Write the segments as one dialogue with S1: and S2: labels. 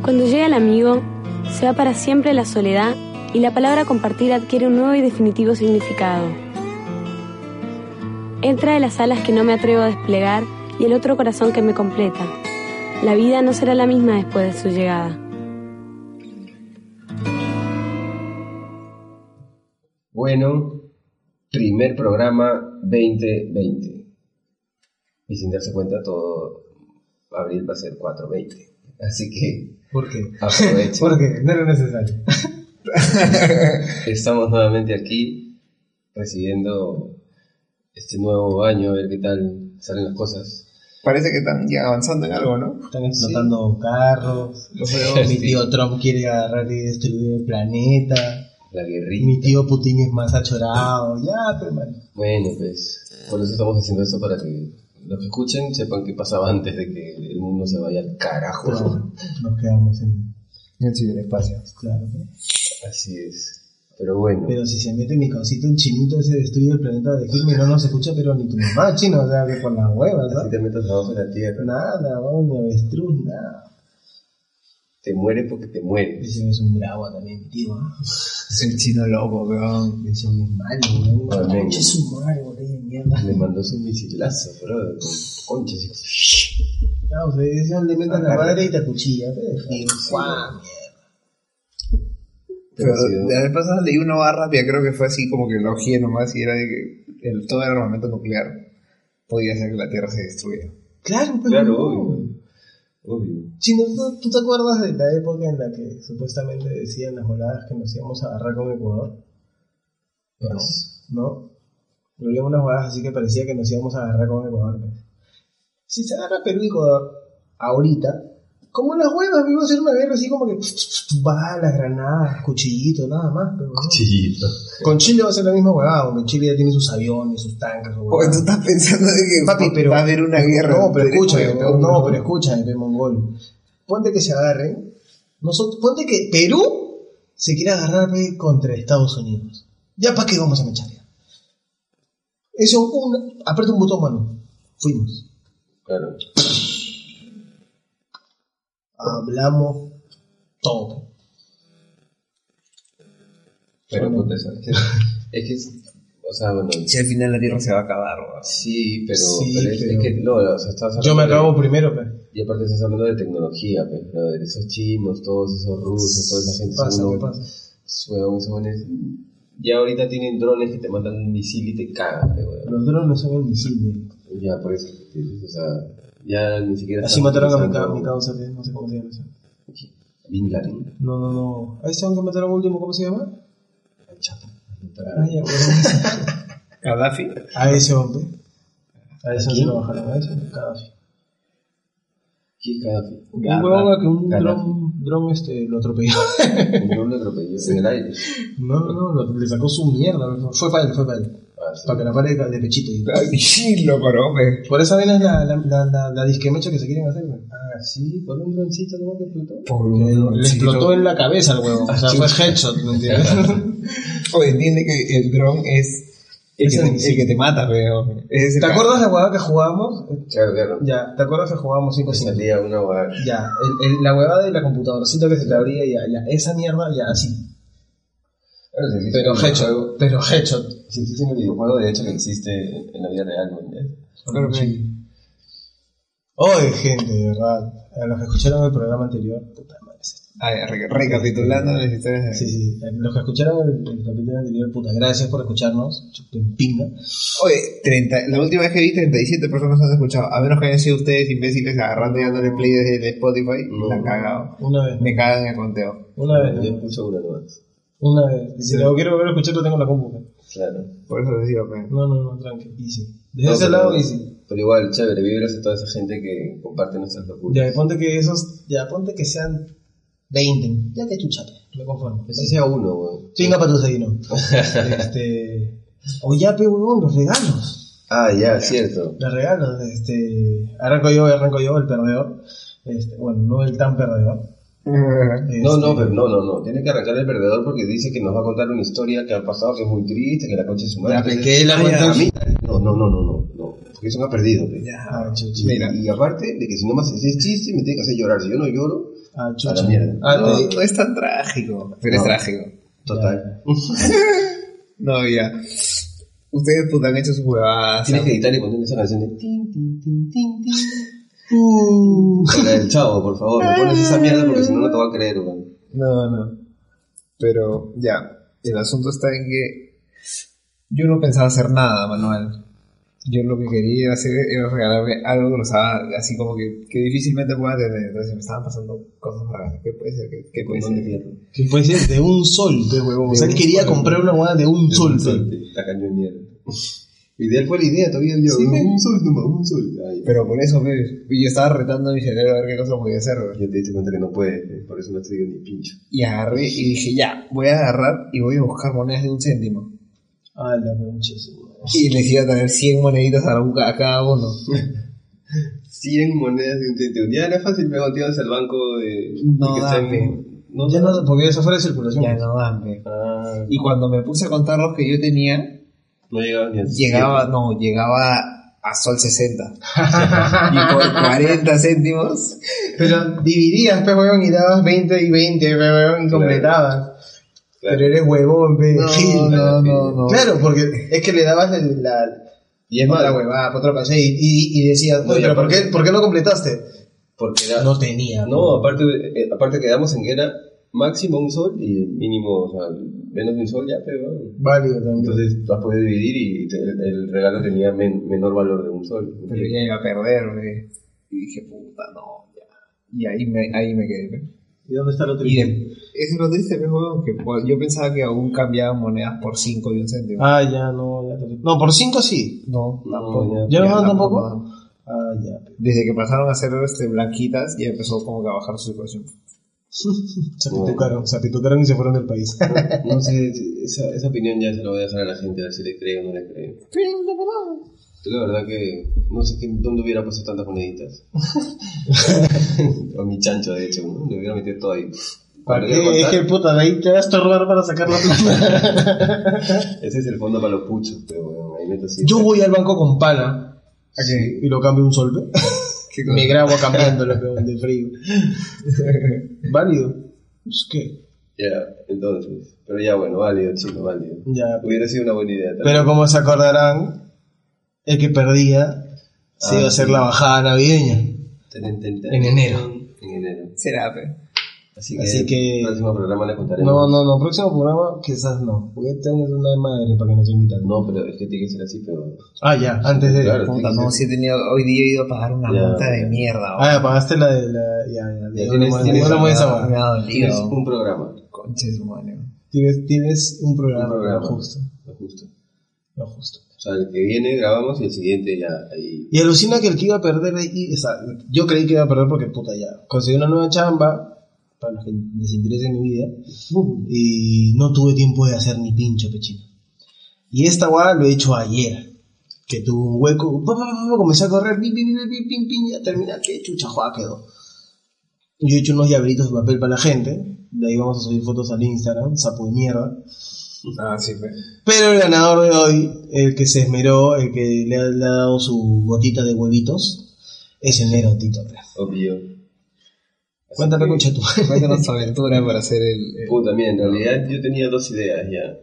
S1: Cuando llega el amigo, se va para siempre la soledad y la palabra compartir adquiere un nuevo y definitivo significado. Entra de las alas que no me atrevo a desplegar y el otro corazón que me completa. La vida no será la misma después de su llegada.
S2: Bueno, primer programa 2020. Y sin darse cuenta, todo abril va a ser 420. Así que
S3: ¿Por qué?
S2: aprovechen.
S3: Porque no era necesario.
S2: Estamos nuevamente aquí, recibiendo este nuevo año, a ver qué tal salen las cosas.
S4: Parece que están ya avanzando en algo, ¿no?
S3: Están explotando carros.
S2: Sí.
S3: Mi tío Trump quiere agarrar y destruir el planeta.
S2: La
S3: Y mi
S2: guerrilla.
S3: tío Putin es más achorado. Ya, pero man.
S2: Bueno, pues, por eso estamos haciendo esto para que los que escuchen sepan qué pasaba antes de que el mundo se vaya al carajo.
S3: Pero nos quedamos en.
S4: En el ciberespacio.
S3: Claro. ¿no?
S2: Así es. Pero bueno,
S3: Pero si se mete mi cosito un chinito ese destruye el planeta de Hitler, no nos escucha, pero ni tu mamá chino, o sea, que por las huevas,
S2: así
S3: ¿no?
S2: te metas abajo de la tierra.
S3: Nada, weón, ni avestruz, nada.
S2: Te mueres porque te mueres.
S3: Ese es un bravo también, mi tío. ¿ah?
S4: Es el chino loco, weón.
S3: Ese es un malo, weón.
S2: Amén.
S3: Concha su madre, botella de mierda.
S2: Le mandó su misilazo, bro, con conchas y...
S3: Ah, o sea, es donde metas la
S2: Ajá.
S3: madre y te acuchilla, pero es frío.
S2: Sí.
S3: Guau, mierda.
S4: Pero
S2: Ha sido-
S4: la vez pasada leí una barra rápida, creo que fue así como que lo ojeé nomás y era de que el, todo el armamento nuclear podía hacer que la Tierra se destruya.
S3: Claro, pues, pero
S2: Claro,
S3: no.
S2: obvio. Obvio.
S3: Chino, ¿tú, tú te acuerdas de la época en la que supuestamente decían las voladas que nos íbamos a agarrar con Ecuador? No. ¿No? Pero había unas voladas así que parecía que nos íbamos a agarrar con Ecuador. pues. Si se agarra Perú y Ecuador ahorita, como las huevas, vimos hacer una guerra así como que balas, granadas, cuchillitos, nada más. pero no.
S2: Chillito.
S3: Con Chile va a ser la misma huevada, porque Chile ya tiene sus aviones, sus tanques. su
S4: O
S3: huevada.
S4: tú estás pensando de que
S3: Papi, pero-
S4: va a haber una guerra.
S3: No, pero escúchame,
S4: Weón,
S3: no,
S4: weón.
S3: pero escúchame, pe, mongol. Ponte que se agarren. Nosotros, ponte que Perú se quiere agarrar pe, contra Estados Unidos. ¿Ya para qué vamos a mechar ya? Eso, un, aprieta un botón, mano. Fuimos.
S2: Claro.
S3: Hablamos todo. pe.
S2: Pero
S3: Bueno.
S2: puta, eso es que, es que es- o sea, bueno,
S4: Si al final la Tierra se va a acabar, weón.
S2: sí, pero,
S3: Sí,
S2: pero es,
S3: pero-
S2: es que no, o sea, estás
S3: Yo me
S2: hablando
S3: acabo primero, pe.
S2: de- y aparte estás hablando de tecnología, pe, ¿no? de esos chinos, todos esos rusos, toda esa gente.
S3: Pasa,
S2: son
S3: ¿qué
S2: unos-
S3: pasa?
S2: weón, esos jóvenes- ya ahorita tienen drones que te mandan un misil y te cagan, pues, pe, weón.
S3: Los drones son el misil. pe.
S2: Ya, por eso, ¿entiendes? o sea, ya ni siquiera...
S3: Así
S2: están
S3: mataron a mi, ca-
S2: utilizando-
S3: mi causa, pe, no sé cómo se llama eso.
S2: Bin Laden.
S3: No, no, no. ¿A ese hombre que mataron último, cómo se llama?
S2: Chapo.
S3: Ay, ya, huevón.
S4: Gaddafi.
S3: A ese hombre. A ese
S2: quién?
S3: hombre lo bajaron, a ese hombre, Gaddafi.
S2: ¿Qué Gaddafi?
S3: Un
S4: Gaddafi.
S3: huevón a que un
S2: Gaddafi.
S3: dron, dron este, lo atropelló.
S2: Un dron lo atropelló en el aire.
S3: No, no, no, lo- le sacó su mierda. Fue para él, fue para él.
S2: Ah, sí.
S3: Para que la pare de, de pechito. y-
S4: Sí, loco, no, pe.
S3: Por esa vaina es la, la, la, la, la disquemecha que se quieren hacer, güey. Ah, sí, por un droncito nomás que explotó.
S4: Por
S3: Le
S4: sí,
S3: explotó
S4: no.
S3: en la cabeza al huevón. O sea, fue headshot, ¿me entiendes?
S4: O entiende que el dron es el,
S3: Es
S4: que,
S3: el
S4: te,
S3: misil.
S4: el que te mata, weón. Es el
S3: ¿Te
S4: que-
S3: acuerdas la huevada que jugábamos?
S2: Claro, claro.
S3: Ya, ¿te acuerdas que jugábamos
S2: Me
S3: 5-5?
S2: salía una guagua.
S3: Ya, el, el- la huevada de la computadorcita que se te abría, ya, ya. Esa mierda, ya, así. Pero headshot, pero headshot.
S2: Si existe un videojuego, de hecho, que existe en la vida real, ¿no?
S4: Claro que-
S3: Oye, gente, de verdad. A los que escucharon el programa anterior, puta madre. Sí,
S4: A ver, re- recapitulando las historias de...
S3: sí, sí. A Los que escucharon el, el capítulo anterior, puta, gracias por escucharnos. Chupen pinga.
S4: Oye, 30, la última vez que vi 37 personas han escuchado, a menos que hayan sido ustedes imbéciles agarrando y dándole play desde de Spotify,
S2: No.
S4: la han cagado.
S3: Una vez,
S4: Me cagan el conteo.
S3: una vez,
S2: Yo
S3: ¿no?
S2: escucho una nomás.
S3: una vez. Y si lo quiero volver a escuchar, lo tengo en la compu. ¿no?
S2: Claro.
S4: Por eso les digo, que
S3: No, no, no, tranqui. Easy. Desde
S2: No,
S3: ese
S2: pero-
S3: lado, easy.
S2: Pero igual, chévere, vibras a toda esa gente que comparte nuestras
S3: Ya, pues,
S2: locuras.
S3: y ponte que esos, ya, ponte que sean 20. Ya que chuchate, me conformo. pues,
S2: Así sea uno, weón.
S3: Chinga para tu seguino. este, o ya, pe, huevón, los regalos.
S2: Ah, ya, cierto.
S3: Los regalos, este, arranco yo, arranco yo, el perdedor. Este, bueno, no el tan perdedor.
S2: No,
S3: Este,
S2: no, pero no, no, no. Tiene que arrancar el perdedor porque dice que nos va a contar una historia que ha pasado, que es muy triste, que la concha es humana.
S4: Ya, pe, que él ha contado-
S2: No, no, no, no, no, no. Porque eso me ha perdido, pe.
S3: Ah, chucha.
S2: Y, y aparte de que si no más haces chiste, me tiene que hacer llorar. Si yo no lloro,
S3: Ah,
S2: a la
S3: chucha.
S2: mierda.
S4: Ah,
S2: No,
S4: no, no es tan trágico. Pero es
S2: No.
S4: trágico.
S2: Total.
S4: No, ya. Ustedes puta han hecho sus huevadas.
S2: Tienes que editar y poner esa canción de tin, tin, tin, tin, tin. Uh. Para el chavo, por favor, me pones esa mierda porque si no, no te va a creer, weón.
S4: No, no. Pero ya, el asunto está en que yo no pensaba hacer nada, Manuel. Yo lo que quería hacer era regalarme algo que lo sabe, así como que, que difícilmente pueda tener. Entonces me estaban pasando cosas raras. ¿Qué puede ser? ¿Qué, qué puede
S2: ¿Dónde
S4: ser?
S2: pierdo?
S3: Que puede ser de un sol, pe, huevón. O
S4: De
S3: sea,
S4: un
S3: él quería
S4: sol.
S3: comprar una hueá de un sol,
S2: Un
S3: pe.
S2: sol, pe, la caño de mierda. Ideal fue la idea, todavía yo.
S4: Sí, me-
S2: un sol nomás, un sol. Ay,
S4: Pero por eso, pues, yo estaba retando a mi cerebro a ver qué cosa podía hacer. pues.
S2: ya te diste cuenta que no puedes, pe, por eso no estoy ni pincho.
S4: Y agarré y dije, ya, voy a agarrar y voy a buscar monedas de un céntimo.
S3: Ah, la concha de su madre.
S4: Y les iba a traer 100 moneditas a, la- a cada uno.
S2: 100 monedas de un tente. Ya era fácil, me volteabas al banco de.
S4: No,
S2: que está en-
S4: dame.
S2: No,
S3: Ya no, porque eso fuera de circulación.
S4: Ya no dan, pe.
S2: Ah,
S4: Y cuando me puse a contar los que yo tenía,
S2: no llegaba ni a
S4: Llegaba, no, llegaba a sol 60. y por 40 céntimos.
S3: Pero dividías, pe, huevón, y dabas 20 y 20, pe, huevón, y completabas.
S2: Claro.
S3: Pero eres huevón, pe.
S4: No,
S3: Gil.
S4: no, no, no.
S3: Claro, porque es que le dabas el- la,
S2: Y es
S3: otra
S2: más,
S3: huevada, otra cosa, y, y, y decías,
S2: No,
S3: "Oye,
S2: y
S3: pero ¿por
S2: aparte-
S3: qué, ¿por qué no completaste?
S2: porque era.
S3: No tenía.
S2: No, aparte, eh, aparte quedamos en que era máximo un sol y mínimo, o sea, menos de un sol ya, pero
S3: pues. Válido también.
S2: entonces tú has podido dividir y te- el, el regalo tenía men- menor valor de un sol.
S4: Pero ya iba a perder, güey. Y dije, puta, no, ya. Y ahí me, ahí me quedé. güey.
S3: ¿Y dónde está el otro?
S4: Y de- eso es lo triste, güey, güey, que pues, yo pensaba que aún cambiaban monedas por 5 y un céntimo.
S3: Ah, ya, no, ya. te- No, por 5 sí.
S4: No,
S2: No,
S4: tampoco.
S2: ya.
S3: ¿Ya no
S4: Ya
S3: dan
S4: tampoco
S3: tampoco?
S4: dan.
S3: Ah, ya. pe.
S4: Desde que pasaron a ser este, blanquitas, ya empezó como que a bajar su situación.
S3: Se pitucaron, se pitucaron y se fueron del país.
S2: No sé, esa, esa opinión ya se la voy a dejar a la gente, a ver si le cree o no le cree. Yo la verdad que no sé qué, dónde hubiera puesto tantas moneditas. o mi chancho, de hecho, ¿no? Le hubiera metido todo ahí.
S3: ¿Para
S2: Cuando le
S3: qué?
S2: iba
S3: Es
S2: a
S3: que puta, de ahí te vas a estorbar para sacar la plata.
S2: contar, Ese es el fondo para los puchos, pero bueno, ahí meto así.
S3: Yo voy al banco con pana
S4: Ok.
S3: y lo cambio un sol. pe.
S4: ¿Qué cosa?
S3: Me grabo cambiándolo, peón, de frío. Válido. Es que.
S2: Ya, entonces. Pero ya, bueno, válido, chico, válido. pues,
S3: Ya.
S2: Hubiera sido una buena idea. también.
S3: Pero como se acordarán, el que perdía se iba a hacer la bajada navideña.
S2: Ten, ten, ten.
S3: En enero.
S2: En enero.
S4: Será, pe.
S2: Así que,
S3: Así que-
S2: el próximo programa le contaremos.
S3: No, no, no. Próximo programa, quizás no. Porque tengo una madre para que nos invitan.
S2: No, pero es que tiene que ser así, pero.
S3: Ah, ya, antes de.
S2: Claro.
S4: Puta, no, si he tenido, hoy día he ido a pagar una
S2: Ya.
S4: multa de mierda, güey.
S3: Ah, ya, pagaste la de la. Ya, ya.
S2: Ya
S3: ya
S2: tienes-
S3: no me-
S2: tienes-
S3: no me voy a esa
S4: me
S3: hueá.
S4: ha
S2: Tienes
S4: dolido.
S2: un programa.
S4: Concha de Ah, su madre.
S3: Tienes, tienes un programa,
S2: Un programa.
S3: lo justo.
S2: Lo justo.
S3: Lo justo.
S2: O sea, el que viene grabamos y el siguiente ya ahí.
S3: Y alucina que el que iba a perder ahí, o sea, yo creí que iba a perder porque puta ya, conseguí una nueva chamba, para los que les interese mi vida, y no tuve tiempo de hacer ni pincho pechino. Y esta guada lo he hecho ayer, que tuve un hueco, pa, pa, pa, pa, comencé a correr, pim, pim, pim, pim, pim, pim, ya terminé, que chucha, joda quedó. Yo he hecho unos llaveritos de papel para la gente, de ahí vamos a subir fotos al Instagram, sapo de mierda.
S4: Ah, sí, pe.
S3: Pero el ganador de hoy, el que se esmeró, el que le ha, le ha dado su gotita de huevitos, es el negro Tito. Real.
S2: Obvio.
S3: Cuéntame, concha tú.
S4: Cuéntanos tu aventura para hacer el. el-
S2: Puta, mira, en realidad yo tenía dos ideas ya.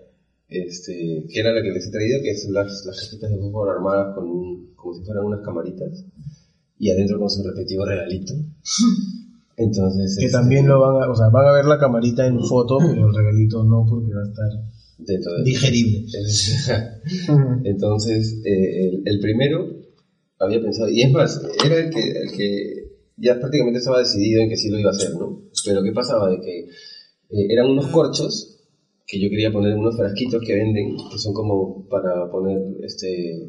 S2: Este, que era la que les he traído, que son las, las cajitas de fútbol armadas con un- como si fueran unas camaritas. Y adentro con su respectivo regalito. Entonces.
S3: Que
S2: este,
S3: también lo van a, o sea, van a ver la camarita en foto, pero el regalito no, porque va a estar
S2: este, Dentro de.
S3: digerible.
S2: Entonces, eh, el, el primero había pensado, y es más, era el que, el que ya prácticamente estaba decidido en que sí lo iba a hacer, ¿no? Pero ¿qué pasaba? De que eh, eran unos corchos que yo quería poner en unos frasquitos que venden, que son como para poner este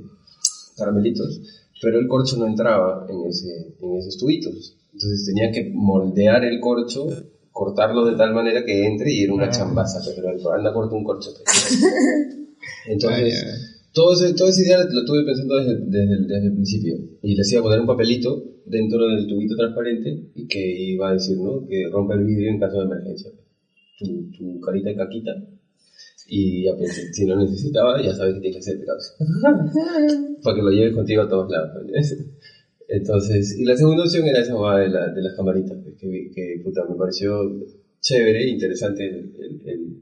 S2: caramelitos, pero el corcho no entraba en, ese, en esos tubitos. Entonces tenía que moldear el corcho, cortarlo de tal manera que entre y era una chambaza, pero el- anda corta un corcho. Entonces, todo ese, toda esa idea lo tuve pensando desde, desde, el- desde el principio. Y les iba a poner un papelito dentro del tubito transparente y que iba a decir, ¿no? Que rompe el vidrio en caso de emergencia. Tu, tu carita de caquita. Y ya pensé, si lo necesitaba, ya sabes que tienes que hacer, pecados. Para que lo lleves contigo a todos lados. ¿entiendes? Entonces, y la segunda opción era esa huevada de, la- de las camaritas, pues, que, vi- que puta, me pareció chévere, interesante. El, el- el-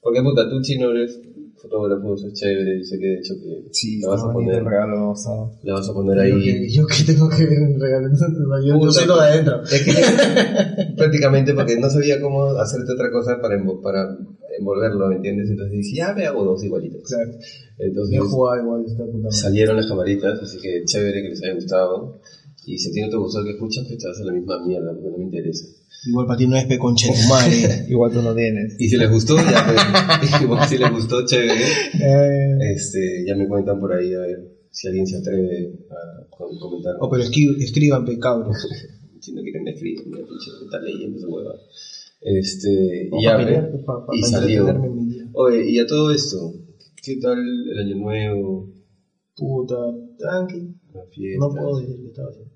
S2: porque puta, tú chino eres fotógrafo, sos chévere, yo sé que de hecho que
S4: Sí,
S2: la vas a
S4: está bonito
S2: poner,
S4: el regalo, o sea.
S2: la vas a poner
S3: Yo
S2: ahí.
S3: que, yo que tengo que ver en regalo, entonces, no, yo, yo
S2: Puta,
S3: soy lo de adentro.
S2: Es que- prácticamente porque no sabía cómo hacerte otra cosa para, envo- para envolverlo, ¿me entiendes? Entonces dije, ya me hago dos igualitos.
S3: Claro.
S2: Entonces,
S3: Yo jugaba igual, esta puta madre.
S2: salieron las camaritas, así que chévere que les haya gustado. Y si a ti no te gustó el que escuchas, pues te vas a hacer la misma mierda, porque no me interesa.
S3: Igual para ti no es pe concha de tu madre.
S4: Igual tú no tienes.
S2: Y si les gustó, ya pues, dijimos, si les gustó, chévere.
S3: Eh,
S2: Este, ya me cuentan por ahí, a ver si alguien se atreve a com- comentar.
S3: oh, pero escri- escriban, pe cabros.
S2: Si no quieren escribir, mira, pinche, está leyendo su hueva. Este,
S3: O
S2: y ya,
S3: pa' pelear,
S2: pues,
S3: pa- pa-
S2: y
S3: pa
S2: salió.
S3: entretenerme en mi día.
S2: Oye, y a todo esto, ¿qué tal el año nuevo?
S3: Puta, tranqui.
S2: La fiesta.
S3: No puedo decir que estaba haciendo.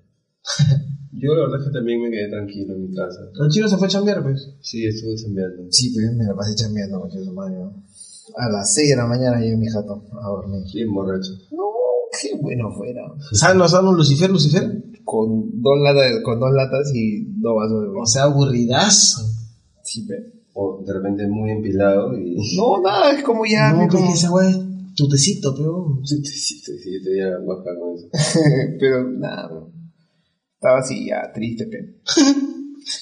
S2: Yo la verdad es que también me quedé tranquilo en mi casa.
S3: El chino se fue a chambear, pues.
S2: Sí, estuve chambeando.
S4: Sí, pero yo me la pasé chambeando con Jesús Mario. A las 6 de la mañana llegué a mi jato a dormir.
S2: Bien borracho.
S4: No, qué bueno fuera.
S3: ¿Sano, sano, Lucifer, Lucifer?
S4: Con dos latas, con dos latas y dos vasos de
S3: O
S4: whisky.
S3: sea, aburridazo.
S4: Sí, pero-
S2: O de repente muy empilado y...
S4: No, nada, es como ya.
S3: no,
S4: me
S3: pues
S4: como-
S3: que esa weá es tu tecito, pero.
S2: Sí, sí, sí, sí, te diera guaja con eso.
S4: pero nada, bro. estaba así ya triste. pe.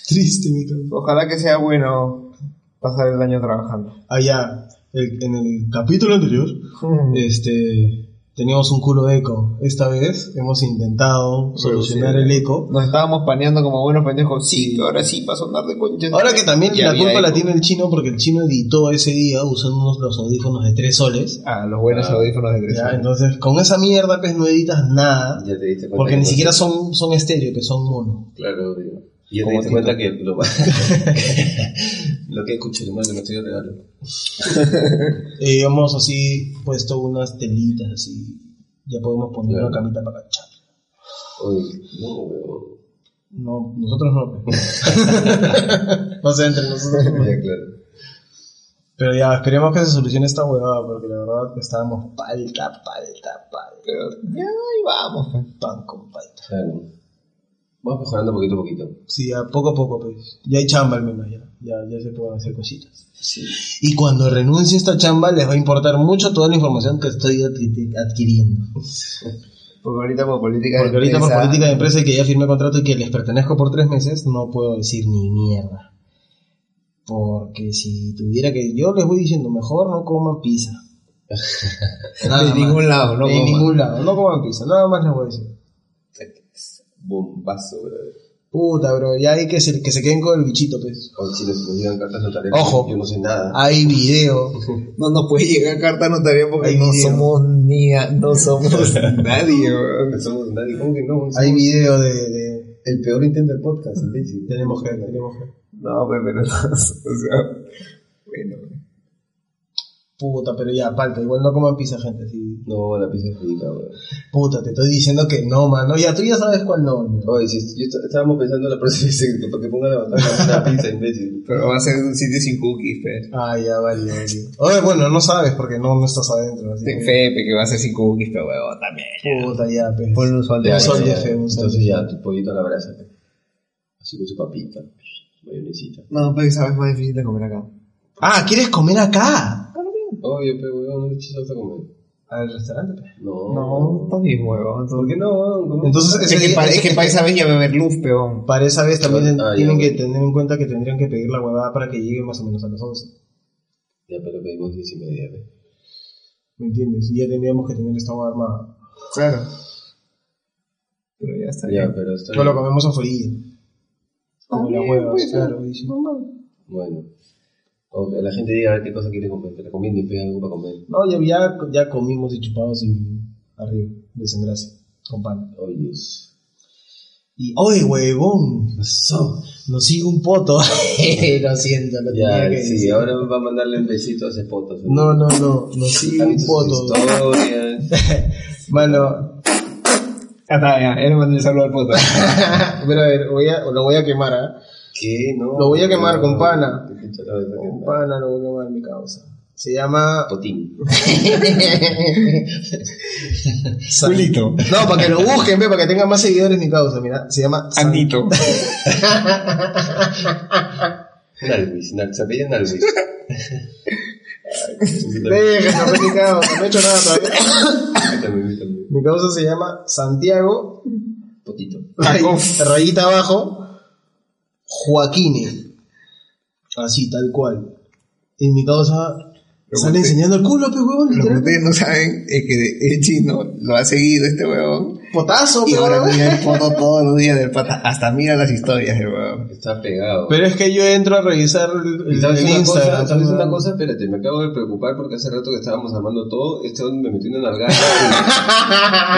S3: Triste, mi cabrón.
S4: Ojalá que sea bueno pasar el año trabajando.
S3: Allá, el- en el capítulo anterior,
S4: Eh,
S3: este. Teníamos un culo de eco. Esta vez hemos intentado solucionar el eco.
S4: Nos estábamos paneando como buenos pendejos. Sí, que ahora sí va a sonar de concha.
S3: Ahora que también
S4: Y
S3: la
S4: había
S3: culpa la
S4: eco.
S3: tiene el chino porque el chino editó ese día usando unos, los audífonos de tres soles.
S4: Ah, los buenos
S2: Ah,
S4: audífonos de tres.
S3: Ya, entonces, con esa mierda, pues no editas nada.
S2: Ah, Ya te diste cuenta.
S3: Porque
S2: que
S3: ni
S2: no-
S3: siquiera son, son estéreo, que son mono.
S2: Claro, digo. Y ya te
S4: Como
S2: diste
S4: Tito.
S2: cuenta que lo, lo que escuché mal que me estoy regalo.
S3: Y Eh, hemos así puesto unas telitas así. Ya podemos poner
S2: Claro.
S3: una camita para cachar.
S2: Oye, no, weón.
S3: No, nosotros no. pues. no sé, entre nosotros. no.
S2: Ya, claro.
S3: Pero ya, esperemos que se solucione esta huevada, porque la verdad estábamos palta, palta, palta,
S4: Pero ya, ahí vamos. pe.
S3: pan con palta.
S2: Claro. Vamos mejorando poquito a poquito.
S3: Sí, ya, poco a poco, pues. Ya hay chamba al menos, ya. Ya, ya se pueden hacer cositas.
S2: Sí.
S3: Y cuando renuncie a esta chamba, les va a importar mucho toda la información que estoy adqui- adquiriendo.
S4: Porque ahorita por política de
S3: Porque ahorita por
S4: empresa-
S3: política de empresa y que ya firmé contrato y que les pertenezco por tres meses, no puedo decir ni mierda. Porque si tuviera que... Yo les voy diciendo, mejor no coman pizza. Nada
S4: De
S3: más.
S4: ningún lado, no
S3: De
S4: coman.
S3: ningún lado, no coman pizza, nada más les voy a decir.
S2: Bombazo, brother.
S3: Puta, bro, ya hay que se, que se queden con el bichito, pues.
S2: Oye, chino, si nos llegan cartas notariales,
S3: Ojo. Ah.
S2: yo no sé nada.
S3: Hay video.
S4: No nos puede llegar carta notaria porque
S3: Hay
S4: no
S3: video.
S4: somos ni a- no somos nadie. weón.
S2: No somos nadie. ¿Cómo que no? Somos
S3: Hay video de... de-
S2: el peor intento de podcast, imbécil.
S3: Tenemos que, tenemos que.
S4: No, pe, pero no, o sea, bueno.
S3: Puta, pero ya, palta, igual no coman pizza, gente. sí.
S2: No, la pizza es rica, weón.
S3: Puta, te estoy diciendo que no, mano. Ya, tú ya sabes cuál no. ¿no?
S2: Oye, si yo est- estábamos pensando la próxima vez que para que ponga la batalla una pizza, imbécil.
S4: Pero va a ser un sitio sin cookies, pe.
S3: Ah, ya, vale, vale. Oye, bueno, no sabes porque no, no estás adentro. Así
S4: Ten
S3: que,
S4: fe, pe, Este que va a ser sin cookies, pero huevón, también.
S3: puta, ya, pues.
S4: Ponle un sol de
S3: Un
S4: aire.
S3: sol de
S2: Ya,
S3: fe, un sol
S2: Entonces
S3: de
S2: ya, tu pollito a la brasa. pe. Así con su papita, mayonesita.
S4: No, pero sabes más difícil de comer acá.
S3: Ah, ¿quieres comer acá?
S2: Oye, pero weón, no te vas a comer.
S3: Al restaurante. pe.
S2: No.
S4: No, está bien, huevón.
S2: ¿Por qué no, weón? ¿Cómo?
S3: Entonces,
S4: Es
S3: ese
S4: que,
S3: día-
S4: para, es que para esa vez ya va a haber luz, peón.
S3: para esa vez también
S2: Ah, ya,
S3: tienen que
S2: bueno.
S3: tener en cuenta que tendrían que pedir la huevada para que llegue más o menos a las 11.
S2: Ya, pero pedimos diez y media, ¿eh?
S3: ¿Me entiendes? Y ya tendríamos que tener esta huevada armada.
S4: Claro. Pero ya está
S2: Ya,
S4: bien.
S2: pero está
S3: No lo
S2: bien.
S3: comemos a frío. Como
S4: También,
S3: las huevas,
S4: pues,
S3: claro. y sí.
S2: Bueno. O que la gente diga a ver qué cosa quiere comer. Te recomiendo y pega algo para comer.
S3: No, ya, ya, ya comimos y chupados y arriba, desengracia.
S4: con pan.
S2: Oye, es-
S3: Y, oye, huevón,
S2: pasó?
S3: nos sigue un poto. Eh, lo siento, lo tenía
S2: Ya,
S3: que
S2: sí,
S3: decir.
S2: ahora va a mandarle un besito a ese poto. seguro.
S3: No, no, no, nos sigue
S2: Han
S3: un
S2: visto
S3: poto.
S2: sus historias.
S3: Mano,
S4: Ya está, ya, él mandó el saludo al puto.
S3: pero a ver, voy a, lo voy a quemar, ¿ah?
S2: ¿Qué? No.
S3: Lo voy a quemar con pana.
S2: Qué pinche la verdad que-
S3: Un pana lo voy a quemar mi causa. Se llama...
S2: Potín. Pues,
S4: Solito.
S3: No, para que lo busquen, ve, para que tenga más seguidores mi causa, mira. Se llama... San-
S4: Andito.
S2: Nalvis, Nal- se apellida Nalvis.
S3: Déjame, ve, mi causa, no he hecho nada todavía.
S2: Invítame, invítame.
S3: Mi causa se llama Santiago,
S2: Potito.
S4: Tacos.
S3: ray- rayita abajo, Joaquine. Así, tal cual. Y mi causa sale
S4: conté.
S3: enseñando el culo, pe huevón,
S4: Lo que
S3: literal.
S4: ustedes no saben es que el chino lo ha seguido este huevón.
S3: Potazo,
S4: Y
S3: pe,
S4: ahora
S3: huevón.
S4: mira el foto todos los días del pata. Hasta mira las historias del huevón.
S2: Está pegado.
S3: Pero es que yo entro a revisar el,
S2: Y
S3: el
S2: ¿Sabes una, cosa,
S3: Instagram.
S2: ¿Sabes una
S3: ¿no?
S2: cosa? Espérate, me acabo de preocupar porque hace rato que estábamos armando todo, este hombre me metió una nalgada.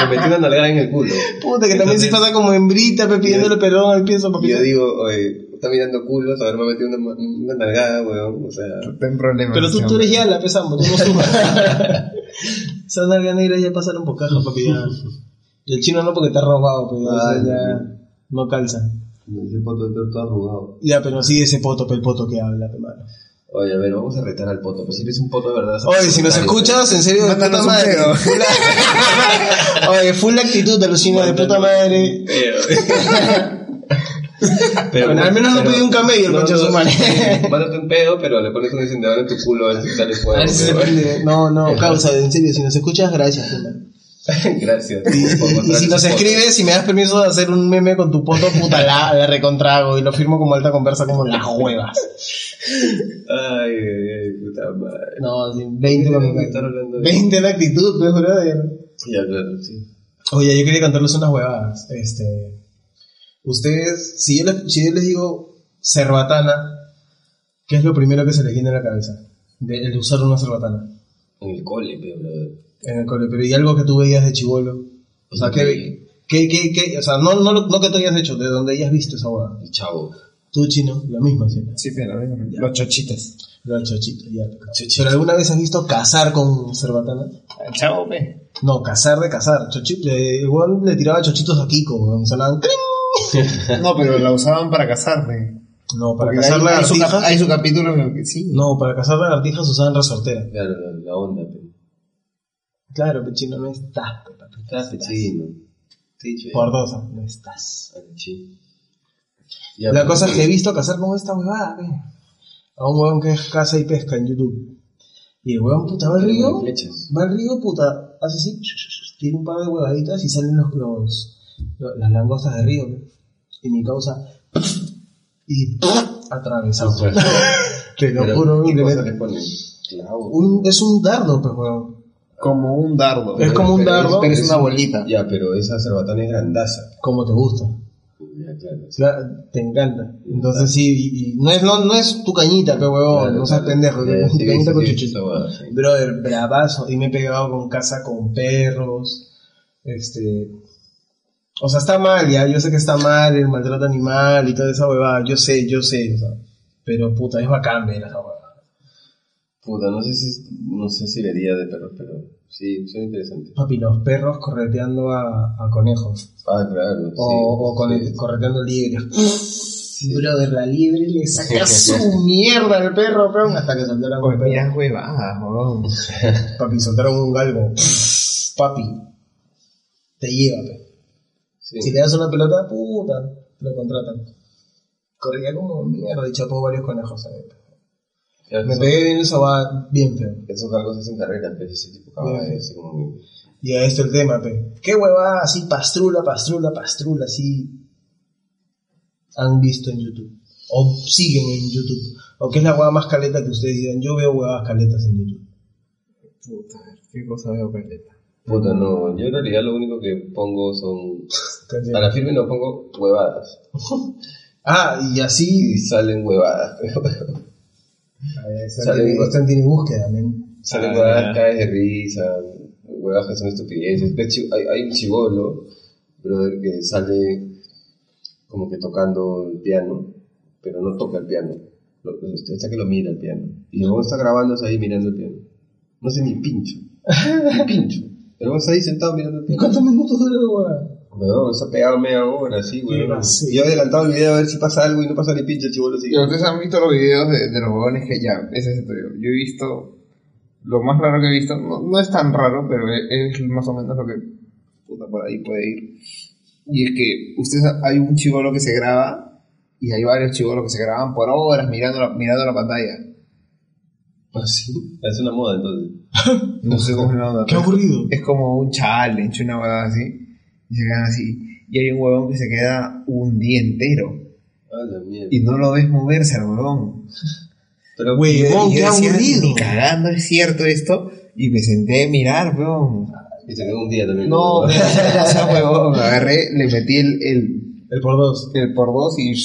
S2: me metió una nalgada en el culo.
S3: Puta, que también se
S2: Entonces-
S3: pasa como hembrita, pe, pidiéndole perdón al pienso,
S2: Y
S3: papi.
S2: yo digo, oye, está mirando culos, ahora me ha metido una, ma- una nalgada, weón. O sea,
S4: Ten problemas.
S3: Pero tú,
S4: ese
S3: tú
S4: hombre.
S3: eres ya la pesamos, tú no subas. Esas nalgas negras ya pasaron por caja, papi. Ya. Y el chino no porque te ha robado, pero
S2: Ay,
S3: ya no calza.
S2: me dice poto de todo arrugado.
S3: Ya, pero sigue ese poto, pe, el poto que habla, pe, mano.
S2: Oye, a ver, vamos a retar al poto, pues si es un poto de verdad.
S3: Oye, si nos escuchas, en serio, de puta
S4: Mándanos un
S3: madre.
S4: pedo.
S3: Full a- Oye, full actitud de Lucina, de puta madre.
S2: Pero,
S3: Bueno, al menos no pedí un camello, el concha de su madre.
S2: Mándate un pedo, pero le pones un encendedor en tu culo, a ver si sale
S3: A
S2: fuego.
S3: ver si se
S2: weón.
S3: prende. No, no, causa, en serio, si nos escuchas, gracias, pe, mano.
S2: Gracias. por
S3: Y
S2: mostrar
S3: si
S2: tu
S3: nos
S2: foto.
S3: escribes, si me das permiso de hacer un meme con tu poto, puta la, la recontrago y lo firmo como alta conversa como las huevas.
S2: Ay, ay, ay, puta madre.
S3: No, sí, 20 con
S2: Me están hablando de-
S3: 20 la actitud, pues, brother.
S2: Ya, claro, sí.
S3: Oye, yo quería contarles unas huevadas. Este, ustedes, si yo les, si yo les digo cerbatana, ¿qué es lo primero que se les viene a la cabeza? De, el usar una cerbatana
S2: En el cole, pero.
S3: en el cole. Pero ¿y algo que tú veías de chivolo? O sea, ¿qué, qué, qué, qué? O sea, no, no, lo- no que tú hayas hecho, de donde hayas visto esa huevada.
S2: El chavo.
S3: Tú, chino, la misma, ¿cierto?
S4: Sí, pero bueno, los chochitas.
S3: Los chochitos, ya. ¿Pero alguna vez has visto cazar con cerbatana?
S4: Al Chavo, pe.
S3: No, cazar de cazar. Chochito, eh, igual le tiraba chochitos a Kiko, weón. Sonaban ¡cling!
S4: No, pero la usaban para casarme.
S3: No, para
S4: Porque
S3: cazar
S4: hay, hay su, cap-
S3: lagartijas.
S4: hay su capítulo en el que sí.
S3: No, para cazar lagartijas usaban resortera.
S2: Claro, la, la onda, pero.
S3: Claro, pechino, no estás, pe, papi.
S2: Estás pechino. Te he dicho.
S3: Por dos, no estás.
S2: Ya,
S3: La
S2: pero-
S3: cosa es que he visto cazar con esta huevada, pe. A un weón que es caza y pesca en YouTube. Y el weón, puta, va al río.
S2: Flechas.
S3: Va al río, puta, hace así, tira un par de huevaditas y salen los, los, lo- las langostas de río. ¿no? Y mi causa. Y atravesado. Te lo
S2: Pero,
S3: juro,
S2: ¿Qué
S3: le
S2: cosa
S3: meto-
S2: le ponen? Clavo.
S3: un, es un dardo, pues, huevón.
S4: Como un dardo.
S3: Es como un
S4: Pero-
S3: dardo.
S4: Pero es una bolita.
S2: Ya, pero esa cerbatana es grandaza.
S3: Como te gusta.
S2: Ya, claro. sí.
S3: Claro, te encanta. Entonces sí, y, y no, es, no, no es tu cañita, pe huevón,
S2: Claro,
S3: no seas
S2: claro.
S3: pendejo,
S2: Ya,
S3: es tu
S2: sí,
S3: cañita
S2: sí,
S3: con
S2: sí,
S3: chuchito.
S2: esa huevada, sí.
S3: Brother, bravazo. Y me he pegado con casa con perros. Este. O sea, está mal, ya. Yo sé que está mal el maltrato animal y toda esa huevada. Yo sé, yo sé. o sea, pero puta, es bacán ver esa huevada.
S2: Puta, no sé si, no sé si vería de perros, pero sí, son interesantes.
S3: Papi, los perros correteando a, a conejos.
S2: Ah, claro.
S3: O, o con
S2: sí.
S3: correteando liebres. Brother, la liebre le saca su mierda al perro, peón, hasta que soltaron
S4: Pues
S3: un perro.
S4: mira, huevada, huevón.
S3: Papi, soltaron un galgo. Papi, te lleva, pe.
S2: Sí.
S3: Si le das una pelota, puta, lo contratan. Corría como mierda y chapó varios conejos. ¿sabes?
S2: Ya,
S3: Me
S2: son-
S3: pegué bien esa va bien feo.
S2: Esos cargos hacen carreras, pero ese tipo
S3: Ya,
S2: caballo,
S3: sí.
S2: así como.
S3: Y ahí está el tema, pe. Qué huevada, así pastrula, pastrula, pastrula, así. Han visto en YouTube. O siguen en YouTube. O que es la huevada más caleta que ustedes digan. Yo veo huevadas caletas en YouTube.
S4: Puta, qué cosa veo, Carleta.
S2: Puta, no. Yo en realidad lo único que pongo son. A la firme no pongo huevadas.
S3: Ah, y así.
S2: Y salen huevadas.
S3: Están
S2: Sale
S3: tiene,
S2: bien.
S3: Stan tiene búsqueda, men.
S2: salen
S4: Ah,
S2: huevadas,
S4: ya.
S2: Pues, caes de risa. Huevadas que son estupideces. Ves chi- Hay, hay un chivolo brother que sale como que tocando el piano, pero no toca el piano. Lo- lo- Está que lo mira el piano. Y luego está grabándose ahí mirando el piano. No sé ni pincho. Ni pincho. Pero vos ahí sentado mirando el
S3: ¿Y
S2: piano.
S3: cuántos minutos dura la huevada?
S2: Weón, se ha pegado media hora, sí, weón.
S3: vacío.
S2: Yo he adelantado el video a ver si pasa algo y no pasa ni pinche el chivolo sigue.
S4: Y ustedes han visto los videos de, de los huevones que ya, ese es el tuyo. Yo he visto, lo más raro que he visto, no, no es tan raro, pero e- es, más o menos lo que puta, por ahí puede ir. Y es que ustedes, hay un chivolo que se graba y hay varios chivolos que se graban por horas mirando la, mirando la pantalla.
S2: Ah, sí. Es una moda entonces.
S4: No sé cómo es la onda.
S3: Qué
S4: pero
S3: aburrido.
S4: Es como un challenge, una huevada así. Y se quedan así. Y hay un huevón que se queda un día entero.
S2: Ah, la mierda.
S4: Y no lo ves moverse al huevón.
S2: Pero,
S3: Güey,
S4: Y
S3: qué
S4: yo decía,
S3: aburrido.
S4: ni cagando es cierto esto. Y me senté a mirar, weón.
S2: y se quedó un día también.
S4: No, weón, o sea, weón. me Agarré, le metí el, el,
S3: El por dos.
S4: el por dos y.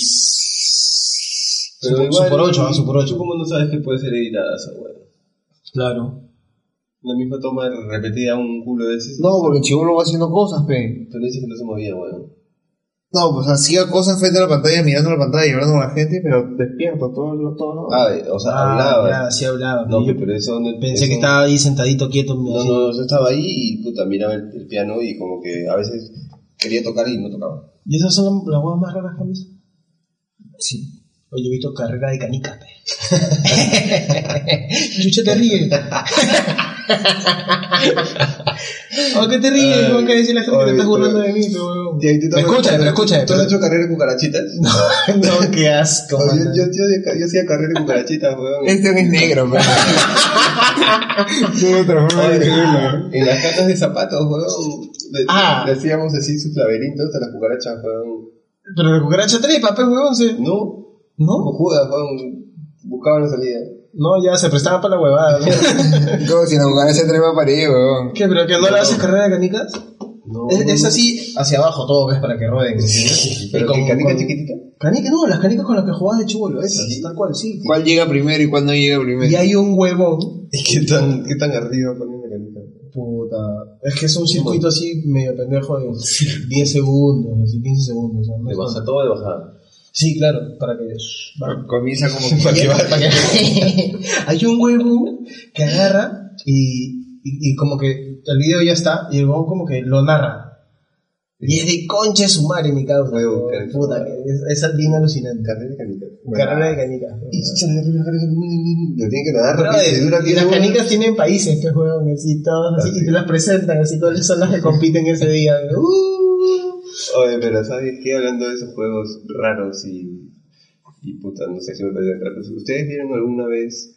S2: Pero
S3: Su-
S2: igual,
S3: su por ocho, ah, su por ocho.
S2: ¿tú ¿Cómo no sabes que puede ser editada esa weón?
S3: Claro.
S2: La misma toma repetida un culo de veces.
S4: No, porque el chivolo va haciendo cosas, pe.
S2: Tú le dices que no se movía, weón.
S4: No, pues hacía cosas frente a la pantalla, mirando la pantalla, hablando con la gente, pero despierto todo lo todo.
S2: Ah, o sea, hablaba.
S3: Ya, sí hablaba.
S2: No,
S3: Yo
S2: pero eso donde
S3: Pensé
S2: eso-
S3: que estaba ahí sentadito, quieto.
S2: No,
S3: así.
S2: no, yo estaba ahí y puta, miraba el, el piano y como que a veces quería tocar y no tocaba.
S3: ¿Y esas son las huevas más raras que han visto?
S4: sí.
S3: Oye, he visto carrera de canicas, pe. Chucha, te ríes. ¿Por qué te ríes?
S2: Ay,
S3: ¿Cómo que decir la gente que
S2: oye,
S3: te estás
S2: pero-
S3: burlando de mí, pe, huevón?
S2: escucha
S3: Escúchame, pero escúchame.
S2: ¿Tú has hecho carrera en cucarachitas? No,
S3: No, qué asco,
S2: yo,
S3: mano.
S2: yo, yo, yo hacía carrera en cucarachitas, weón.
S4: Este es negro, pe. Tiene otra forma de decirlo.
S2: En las catas de zapatos, weón. Le,
S3: Ah.
S2: le hacíamos así sus laberintos a las cucarachas, weón.
S3: Pero la cucaracha trepa, pe, huevón. se-
S2: No,
S3: ¿No?
S2: como Judas, weón. Buscaban la salida.
S3: No, ya se prestaba para la huevada. ¿no?
S4: Como si la cucaracha trepa para ahí, weón.
S3: ¿Qué, pero que no le haces carrera de canicas?
S2: No,
S3: Es, es así hacia abajo todo, ¿ves? Para que rueden. ¿sí?
S2: Pero
S3: Y con-
S2: que canica
S3: con-
S2: chiquitita.
S3: Canica, no, las canicas con las que jugabas de chubolo, esas, tal cual, sí.
S4: ¿Cuál llega primero y cuál no llega primero?
S3: Y hay un huevón,
S2: ¿Y qué tan, qué tan arriba ponían la canica?
S3: puta, es que es un circuito así medio pendejo de 10 segundos, así 15 segundos. o sea, no
S2: De
S3: es
S2: baja,
S3: tanto.
S2: todo de bajada.
S3: Sí, claro, para que... para-
S4: Comienza como que...
S2: Para que baje.
S3: hay un huevón que agarra y, y, y como que el video ya está, y el huevón como que lo narra. Y es de concha de su madre, mi cabrón.
S2: Huevón, claro.
S3: puta, que es, es bien alucinante.
S2: Carrera de canica.
S3: Carrera de canicas.
S2: Y se le arriba, carrera de canica. Lo tienen que nadar
S3: Pero,
S2: rápido.
S3: eh,
S2: se dura
S3: y
S2: 10
S3: las
S2: segundos.
S3: canicas tienen países que juegan así, todos así, y te las presentan así, cuáles son las que compiten ese día. Uh.
S2: Oye, pero ¿sabes qué? Hablando de esos juegos raros y. Y puta, no sé si me parece raros. ¿Ustedes vieron alguna vez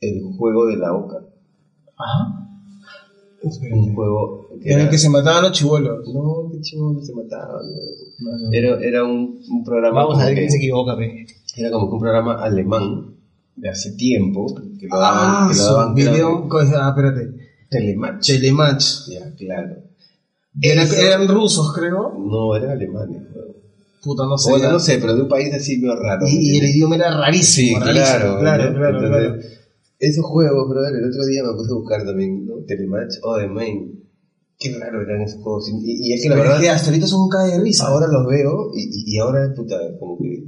S2: el juego de la oca? Un juego que
S3: En
S2: era.
S3: el que se mataban los chivolos.
S2: No, qué chivo se mataban. Era, era un, un programa.
S3: Vamos a
S2: como
S3: ver quién
S2: que-
S3: se equivoca, pe.
S2: Era como que un programa alemán de hace tiempo. Que lo daban.
S3: Ah,
S2: que lo
S3: su
S2: daban- que lo daban-
S3: video. co- Ah, espérate.
S2: Telematch.
S3: Telematch.
S2: Ya, claro.
S3: Era-
S2: Eso-
S3: eran rusos, creo.
S2: No, era Alemania. weón.
S3: Puta, no sé.
S2: Bueno,
S3: ya.
S2: no sé, pero de un país así medio raro. ¿me
S3: y, y el
S2: entiendes?
S3: idioma era rarísimo.
S2: Sí,
S3: rarísimo.
S2: claro.
S3: claro,
S2: ¿no?
S3: claro,
S2: Entonces,
S3: claro.
S2: Esos juegos, brother, el otro día me puse a buscar también, ¿no? Telematch o The Main. Qué raro eran esos juegos. Y, y es que la
S3: Pero es
S2: verdad,
S3: que hasta ahorita son un cae de risa.
S2: ahora los veo y, y- y ahora, puta, como que.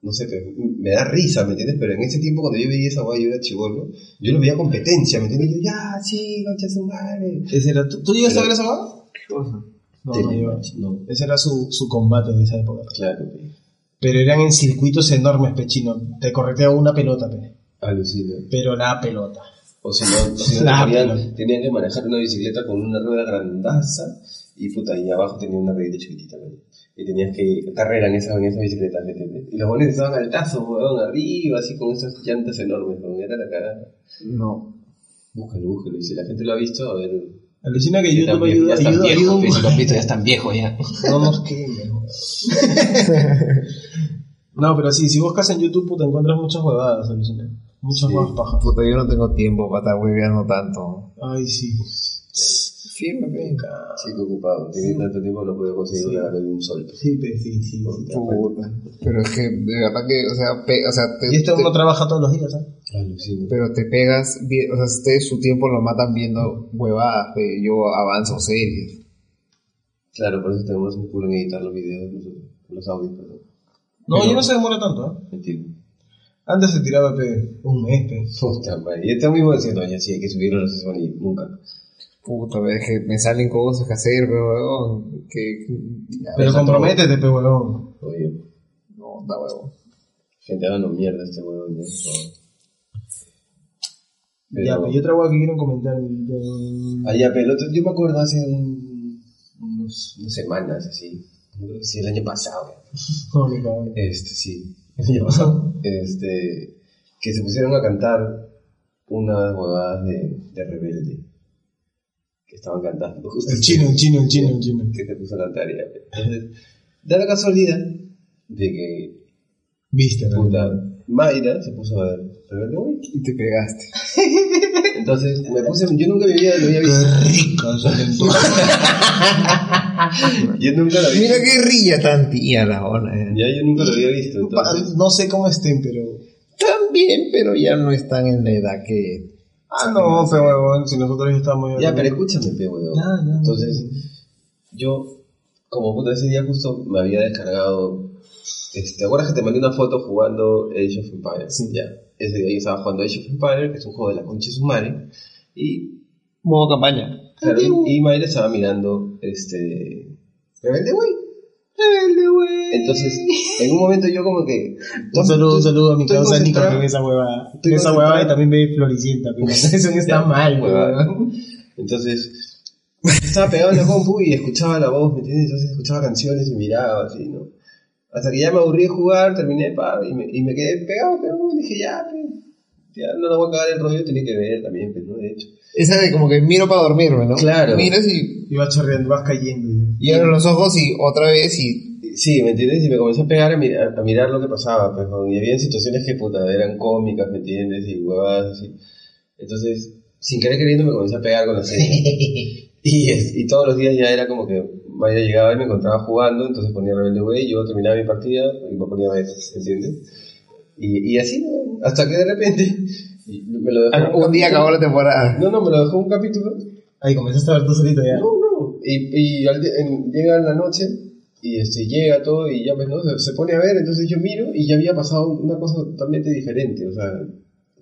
S2: No sé, pero me da risa, ¿me entiendes? Pero en ese tiempo, cuando yo veía esa guay, yo era chivolo, yo lo veía competencia, ¿me entiendes? Yo, ya, sí, concha su madre.
S3: Ese era- ¿Tú, tú llegaste a ver esa huevada? No, no, yo-
S2: Telematch, no.
S3: Ese era su, su combate de esa época.
S2: Claro, pe.
S3: Pero eran en circuitos enormes, pechino. Te correteaba una pelota, pe.
S2: alucina.
S3: pero la pelota.
S2: O si no, o si no
S3: La
S2: tenían,
S3: pelota.
S2: tenían que manejar una bicicleta con una rueda grandaza y puta, y abajo tenía una ruedita chiquitita, ¿no? Y tenías que carrera en esa, en esa bicicleta, ¿me entiendes? Y los bones estaban altazos, weón, arriba, así con esas llantas enormes, weón, era la cagada.
S4: No.
S2: Búscalo, búscalo, y si la gente lo ha visto, a ver.
S3: Alucina que
S2: Ya están
S3: YouTube
S2: viejos,
S3: ayuda,
S2: ya están
S3: ayuda, ayuda
S2: viejos,
S3: un
S2: pues, si lo has visto, ya están viejos, ya.
S3: No nos quemes, weón. No, pero sí, si buscas en YouTube puta, encuentras muchas huevadas, alucina. Muchas
S2: Sí.
S3: huevas pajas.
S4: Puta, yo no tengo tiempo para estar hueveando tanto.
S3: Ay, sí.
S4: Firme,
S3: Venga.
S2: Sí, que ocupado, tiene tanto tiempo, no puedo conseguir
S3: Sí.
S2: una de un sol.
S3: Sí, pe, sí, sí.
S4: Puta. Pero es que, de verdad que, o sea, pe- o sea te,
S3: Y esto
S4: te-
S3: uno trabaja todos los días, ¿eh?
S2: Alucina.
S4: pero te pegas, bien- o sea, este, ustedes su tiempo lo matan viendo huevadas, pe. yo avanzo series.
S2: Claro, por eso tenemos un culo en editar los videos, nosotros, los audios, perdón.
S3: No,
S2: Pero-
S3: yo no se demora tanto, ¿eh?
S2: Mentira.
S3: Antes se tiraba pe, un mes, pe.
S2: Puta madre. Y estamos mismo diciendo, ya sí, hay que subirlo a la sesión y nunca.
S4: Puta, es que me salen cosas que hacer, pero huevón. Que.
S3: Pero
S4: Ya,
S3: comprométete, pe, huevón.
S2: Oye,
S4: No, da huevón.
S2: gente, háganos mierda este huevón, ya, por favor. Pero-
S3: Ya, pues pe, y otra hueá que quiero comentar. de-
S2: Ah, ya, pero el otro- yo me acuerdo hace un- unos, unas semanas, así, yo creo que sí, el año pasado, ya.
S3: No, mi cabrón.
S2: este, sí, el año pasado, este, que se pusieron a cantar unas bodadas de, de rebelde, que estaban cantando justo.
S3: El chino, el chino, el chino, el chino.
S2: Que se puso a cantar ya. Entonces, da la casualidad de que,
S3: Viste, pe.
S2: puta, Mayra se puso a ver rebelde, güey.
S4: Y te pegaste.
S2: Entonces, me puse, yo nunca en mi vida lo había visto.
S3: rico, salento.
S2: Yo nunca lo había
S4: Mira qué rilla tan tía la ola, eh.
S2: Ya yo nunca lo había visto, entonces.
S3: No sé cómo estén, pero.
S4: También, pero ya no están en la edad que.
S3: Ah, no, pe, huevón. Si nosotros ya estamos.
S2: Ya, pero escúchame, pe, weón.
S3: Ya, ya,
S2: Entonces, yo, como puta, ese día justo me había descargado. este, ¿Te acuerdas que te mandé una foto jugando Age of Empires?
S3: Sí.
S2: Ya. Ese día yo estaba jugando Age of Empires, que es un juego de la concha de su madre. Y,
S4: Modo campaña.
S2: claro, y Mayra estaba mirando, este. Rebelde, güey. Entonces, en un momento yo como que.
S3: Un saludo, un saludo a mi
S2: estoy
S3: causa Nica,
S2: concentrado-
S3: que ve esa huevada.
S2: Estoy
S3: Ve esa
S2: concentrado.
S3: huevada y también ve Floricienta, pero eso no está
S2: Ya,
S3: mal,
S2: huevada.
S3: huevón.
S2: Entonces, estaba pegado en la compu y escuchaba la voz, ¿me entiendes? Entonces escuchaba canciones y miraba así, ¿no? Hasta que ya me aburrí de jugar, terminé pa, y, me, y me quedé pegado, pero dije, ya, pe, ya no la voy a cagar el rollo, tenía que ver también, pero no, de hecho.
S4: Esa de como que miro para dormirme, ¿no?
S2: Claro.
S4: Miras y.
S3: Y vas chorreando, vas cayendo. ya.
S4: Y abro los ojos y otra vez y.
S2: Sí, ¿me entiendes? Y me comencé a pegar a mirar, a mirar lo que pasaba, pues, ¿no? y había situaciones que, puta, eran cómicas, ¿me entiendes? Y huevadas así. Entonces, sin querer queriendo me comencé a pegar con la serie. y, es- y todos los días ya era como que Maya llegaba y me encontraba jugando, entonces ponía Rebelde Way, yo terminaba mi partida y me ponía a ver, ¿entiendes? Y, y así, ¿no? hasta que de repente y me lo dejó
S4: Ah, Un día acabó
S2: capítulo.
S4: la temporada.
S2: No, no, me lo dejó un capítulo
S3: Ahí comenzaste a ver tú solito ya.
S2: no, no. Y, y al de- en- llega en la noche y este, llega todo y ya pues, ¿no? se, se pone a ver, entonces yo miro y ya había pasado una cosa totalmente diferente. O sea,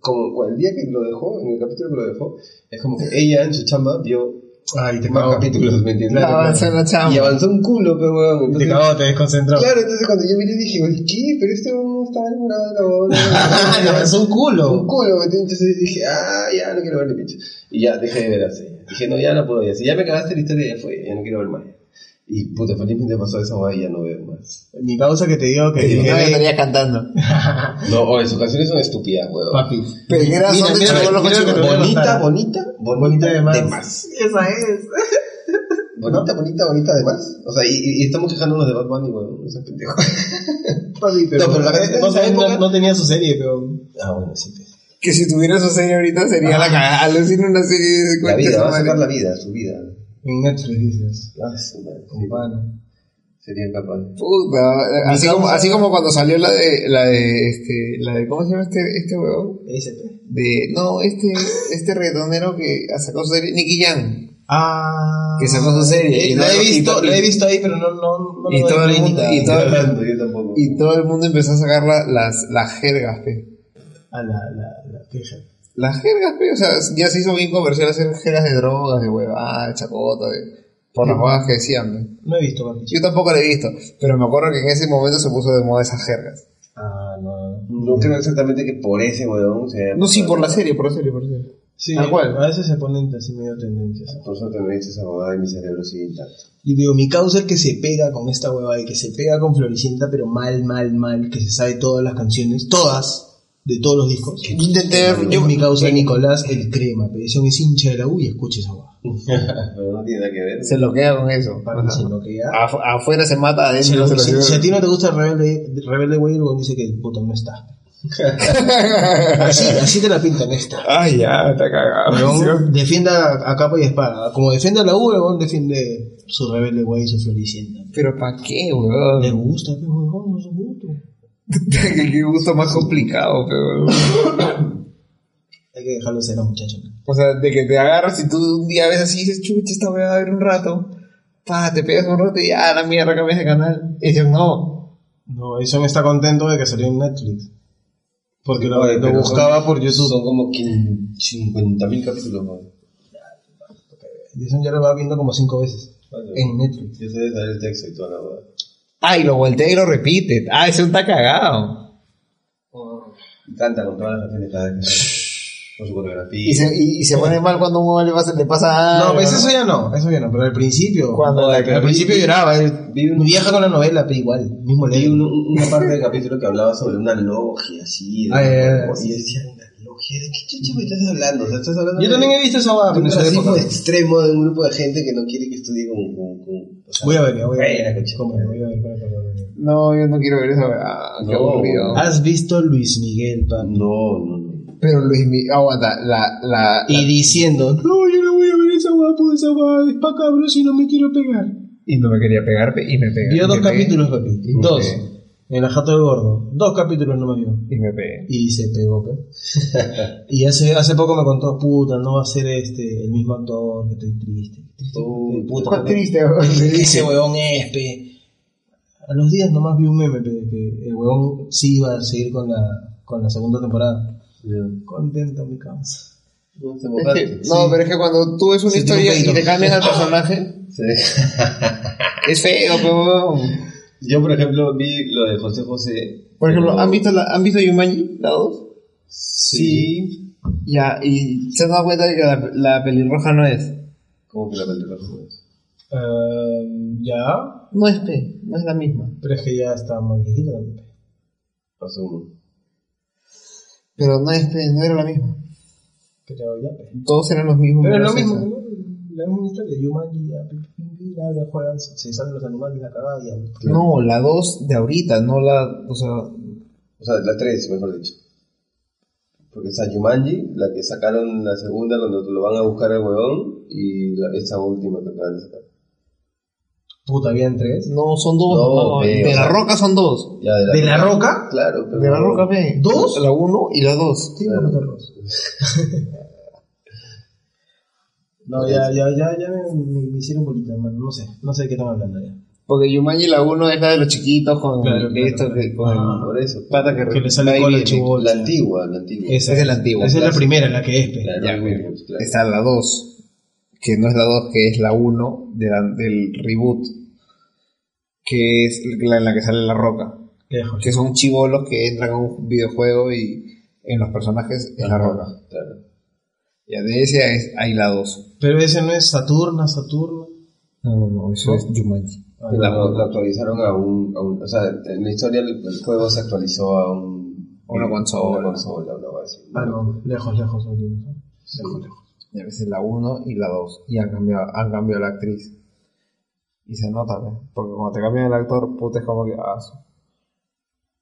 S2: como bueno, el día que lo dejó, en el capítulo que lo dejó, es como que ella en su chamba vio
S3: Ay, te
S2: más
S3: cago.
S2: capítulos, ¿me entiendes?
S3: Claro,
S4: Avanza en la chamba.
S2: Y avanzó un culo, pero weón.
S3: Te
S2: Entonces,
S3: cagó, te desconcentró.
S2: claro, entonces cuando yo miré dije, "Oye, ¿qué? Pero este no estaba en una de la
S3: Ah, le avanzó un
S2: un
S3: culo.
S2: culo, ¿me entiendes? Entonces dije, ah, ya no quiero ver ni pinche. Y ya dejé de ver así. Dije, no, ya no puedo ver. Si ya me cagaste la historia, ya fue, ya no quiero ver más. Y puta, felizmente pasó esa guay y ya no veo más.
S3: Mi causa que te digo que
S2: Sí,
S3: dije,
S4: No
S3: "Ve,
S4: estaría cantando.
S2: No, oye, sus canciones son estúpidas, weón.
S3: papi.
S4: Pero que era
S3: Mira,
S4: son de
S3: mira,
S4: chocolate
S3: mira
S4: con
S3: que te voy a
S4: chocolate.
S2: Bonita,
S3: contar.
S2: bonita,
S3: Bonita de más.
S2: de más.
S3: Esa es.
S2: Bonita, bonita, bonita de más. O sea, y, y- y estamos quejándonos de Bad Bunny, weón. Ese pendejo.
S3: Papi, pero,
S2: No, pero la verdad es que
S3: no,
S2: en esa
S3: sabía-
S2: época-
S3: no- no tenía su serie, pero.
S2: Ah, bueno, sí.
S3: pues.
S2: pe.
S4: Que si tuviera su serie ahorita sería
S3: Ah.
S4: la cagada. Alucina una serie de
S2: La vida,
S4: cuentas.
S2: va a sacar la vida, su vida.
S3: En Netflix dices.
S2: Ah, su madre. Sí,
S3: Bueno.
S2: Serían capaces.
S4: Puta, así
S3: Mi
S4: como,
S3: causa-
S4: así como cuando salió la de, la de, este, la de, ¿cómo se llama este, este huevón?
S3: Ese, pe.
S4: De, no, este, este reggaetonero que sacó su serie, Nicky Jam.
S3: Ah.
S4: Que sacó su serie.
S3: Eh,
S4: Y
S3: la
S4: no-
S3: he
S4: y
S3: visto,
S4: to-
S3: la he visto ahí, pero no, no, no
S4: y
S3: lo
S4: todo
S3: doy
S4: el
S3: play ni
S4: mundo-
S3: nada.
S4: y todo-
S2: hablando, yo tampoco.
S4: Y todo el mundo empezó a sacar la- las, las jergas, pe.
S3: A Ah, la, la, la queja.
S4: Las jergas, pe, o sea, ya se hizo bien comercial hacer jergas de drogas, de huevada, de chacota, de, por las huevas que decían, pe.
S3: No he visto, papi.
S4: Yo tampoco la he visto, pero me acuerdo que en ese momento se puso de moda esas jergas.
S3: Ah, no.
S2: No creo exactamente que por ese weón sea.
S4: No, sí, por la serie, por la serie, por la serie.
S3: Sí,
S4: Tal cual.
S3: a veces se ponen así medio tendencias.
S2: Por suerte me hice esa bobada y mi cerebro sigue intacto.
S3: Y digo, mi causa es que se pega con esta huevada y que se pega con Floricienta, pero mal, mal, mal, que se sabe todas las canciones, todas, de todos los discos.
S4: Yo intenté ver,
S3: Yo,
S4: yo,
S3: mi causa Nicolás, el crema, petición es hincha de la U y escucha esa huevada.
S2: Ah, Pero no tiene nada que ver.
S4: se loquea con eso.
S3: Para mí, sino que ya-
S4: Afu- afuera se mata,
S3: Si,
S4: adentro Ah, se lo
S3: si- si a
S4: lleva.
S3: ti no te gusta Rebelde, Rebelde Way, el huevón dice que puta no está. Así, así te la pintan esta.
S4: Ay, ya, está cagado.
S3: Huevón, defienda a, a capa y espada. Como defiende a la U, huevón defiende su Rebelde Way y su Floricienta.
S4: Pero ¿para qué,
S3: Le
S4: weón?
S3: gusta, qué huevón, no su gusto.
S4: qué qué gusto más complicado, pe, weón.
S3: Hay que dejarlo ser a los muchachos.
S4: O sea, de que te agarras y tú un día ves así y dices, chucha, esta voy a ver un rato. pa, te pegas un rato y ya, la mierda, cambias de canal. Y dicen, no.
S3: No, Edison está contento de que salió en Netflix. Porque lo,
S2: Oye,
S3: lo
S2: pero
S3: buscaba
S2: son-
S3: por YouTube.
S2: Son como 50.000 capítulos, man.
S3: Edison ya lo va viendo como cinco veces en Netflix.
S2: Yo sé de saber el texto y toda la boda.
S4: Ay, lo voltea Ah, y lo repite. Ah, ese está cagado.
S2: Y Canta con todas las canciones cada vez. Con su coreografía.
S4: Y se, y, y se pone mal cuando uno le pasa, le pasa
S3: No,
S4: algo,
S3: pues eso ya no, eso ya no, pero al principio.
S4: Cuando la-
S3: al principio lloraba, eh, él
S2: Vi un-
S3: viaja con la novela, pero igual, mismo
S2: Leí
S3: leí.
S2: un- una parte del capítulo que hablaba sobre una logia así. de-
S3: Ah, ya, ya,
S2: y yo decía, ¿una logia? ¿De qué chucha me estás hablando? O sea, estás hablando
S3: Yo
S2: de-
S3: también he visto esa
S2: de
S3: vaga, pero
S2: un
S3: en su época.
S2: racismo extremo de un grupo de gente que no quiere que estudie con. con, con- o sea,
S3: Voy a ver, voy a ver.
S2: Bueno, coche,
S3: ¿Cómo? Voy a ver, para, para, para.
S4: No, yo no quiero ver eso. Ah, qué
S2: No.
S4: aburrido.
S3: ¿Has visto Luis Miguel, papi?
S2: No, no, no.
S4: Pero Luis Miguel, aguanta, la, la,
S3: Y diciendo, no, yo no voy a ver esa guapa, esa guapa, es pa' cabrón si no me quiero pegar.
S4: Y no me quería pegar, pe- y me pegué.
S3: Vio
S4: y
S3: dos
S4: me pegué,
S3: capítulos, papi.
S4: Y me
S3: Dos.
S4: pegué,
S3: En la jato del gordo. Dos capítulos no me vio.
S4: Y me pegué.
S3: Y se pegó, pe. y hace, hace poco me contó, puta, no va a ser este, el mismo actor, que estoy triste. que triste,
S2: Uy,
S3: que puta,
S4: Cuán
S3: porque-
S4: triste, weón.
S3: Ese huevón es, pe. A los días nomás vi un meme, pe, que el huevón sí iba a seguir con la, con la segunda temporada. Contento, mi causa.
S2: No,
S4: Es que- no, pero es que cuando tú ves una
S3: Se tiene un
S4: historia y
S3: pedito.
S4: te cambian al personaje, es feo, pero...
S2: Yo, por ejemplo, vi lo de José José.
S4: Por ejemplo,
S2: pero-
S4: ¿han visto, la, ¿han visto Yumanji, la 2?
S2: Sí.
S4: Ya, y se han dado cuenta de que la, la pelirroja no es.
S2: ¿Cómo que la película fue?
S3: Eh, ya,
S4: No es P, no es la misma.
S3: pero es que ya está más viejita. pe.
S2: Pasó uno.
S4: Pero no es P, no era la misma.
S3: Pero ya, pe.
S4: Todos eran los mismos.
S3: Pero es lo
S4: menos
S3: mismo,
S4: esa.
S3: ¿no? La misma historia. Yumanji, ya, pe, pe, pe, ya, ya juegan, se salen los animales, la cagada, ya.
S4: No, la 2 de ahorita, no la... O sea,
S2: O sea, la 3, mejor dicho. Porque esa Yumanji, la que sacaron la segunda cuando lo van a buscar al huevón, y la, esa última que acaban de sacar.
S3: Puta, habían tres.
S4: no, son dos.
S2: No,
S4: no,
S2: pe,
S4: de
S2: o
S4: la
S2: sea-
S4: roca son dos.
S2: Ya, de la,
S3: ¿De la roca?
S2: Claro, pero.
S4: De la roca P.
S3: ¿Dos?
S4: La 1 y la 2.
S3: Sí, no, no, no. No, ya, ya, ya, ya me, me- me hicieron bolita, hermano. No sé, no sé de qué están hablando ya.
S4: Porque Yumanji la 1 es la de los chiquitos con
S3: Claro, claro,
S4: esto,
S3: claro.
S4: que- con
S3: Ah.
S2: Por eso.
S4: Pata que-
S3: Que le sale
S4: Ahí
S3: cola al
S4: viene.
S3: chibolo.
S2: La antigua, la antigua.
S4: Esa es la antigua.
S3: Esa es la primera, la que es. pe.
S2: Claro,
S4: Ya,
S2: Williams, claro.
S4: Está la 2, que no es la 2, que es la 1 de la- del reboot, que es la en la que sale la roca.
S3: Que es Jorge.
S4: Que son chivolos que entran a un videojuego y en los personajes es la roca.
S2: Claro.
S4: Ya de ese es, hay la 2.
S3: Pero ese no es Saturna, Saturno.
S4: No, no, no, eso es Jumanji.
S3: Ah,
S2: La,
S3: no.
S2: la actualizaron a un, a un- O sea, en la historia el, el juego se actualizó a un. eh,
S4: A una consola.
S2: Una consola, una cosa así.
S3: Ah, no, lejos, lejos, Saturno, ¿no? lejos, lejos.
S4: Ya ves, es la 1 y la 2. Y han cambiado, han cambiado la actriz. Y se nota, ¿no? Porque cuando te cambian el actor, puta, es como que... ah, su-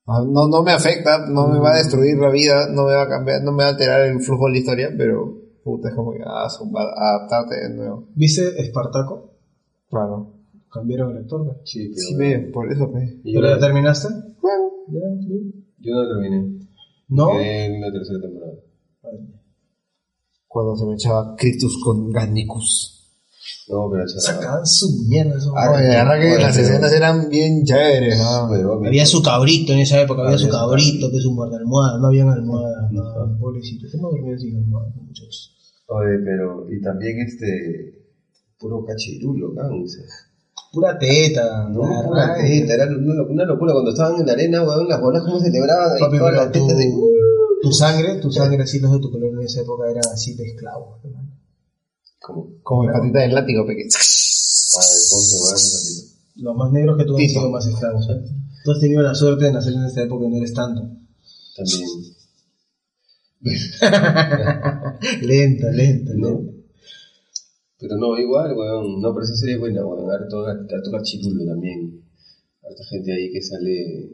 S4: Ah, No, no me afecta, no me va a destruir la vida, no me va a cambiar, no me va a alterar el flujo de la historia, pero puta, es como que... Ah, su- va a adaptarte de nuevo.
S3: ¿Viste Espartaco?
S4: Claro.
S3: Cambiaron el actor. pe.
S2: Sí, pero.
S4: Sí, ve, por eso, ve.
S2: y
S3: ¿Pero
S2: yo,
S3: la
S2: la,
S3: terminaste?
S4: Bueno,
S3: Ya, sí.
S2: yo no la terminé.
S3: ¿No?
S4: Eh,
S2: Quedé en la tercera temporada.
S4: cuando se me echaba Critus con Gannicus.
S2: No, pero ya.
S3: Sacaban su mierda. esos
S2: Ah,
S3: huevos.
S4: Oye, Ah, la verdad que
S2: bueno,
S4: las
S2: pero-
S4: escenas eran bien chéveres, ¿no?
S2: Huevón,
S3: Había su cabrito en esa época, había,
S2: Había
S3: su
S2: su
S3: cabrito, que es un guardaalmohadas, no habían almohadas,
S2: No.
S3: no, pobrecito. Este ¿Cómo dormían sin almohadas, muchachos?
S2: Oye, pero. Y también este. Puro cachirulo, cáncer.
S3: Pura teta,
S2: No,
S3: la
S2: pura
S3: verdad.
S2: teta, Era una lo- una locura. Cuando estaban en la arena, weón, las bolas, ¿cómo se celebraban? Ahí
S3: Papi,
S2: todas
S3: pero
S2: las
S3: tu,
S2: tetas de.
S3: tu sangre, tu sangre, así los de tu color en esa época eran así de esclavos. hermano.
S2: ¿Cómo?
S4: Como el patita del látigo, pequeño.
S2: A ver, ¿cómo se llamaba ese capítulo?
S3: Los más negros que tú han
S4: Tito.
S3: sido más esclavos. ¿eh? Tú has tenido la suerte de nacer en esta época y no eres tanto.
S2: También.
S3: Lenta, lenta,
S2: No.
S3: lenta.
S2: Pero no, igual, weón. No, pero esa serie es buena, weón. Harto, harto cachirulo también. Harta gente ahí que sale.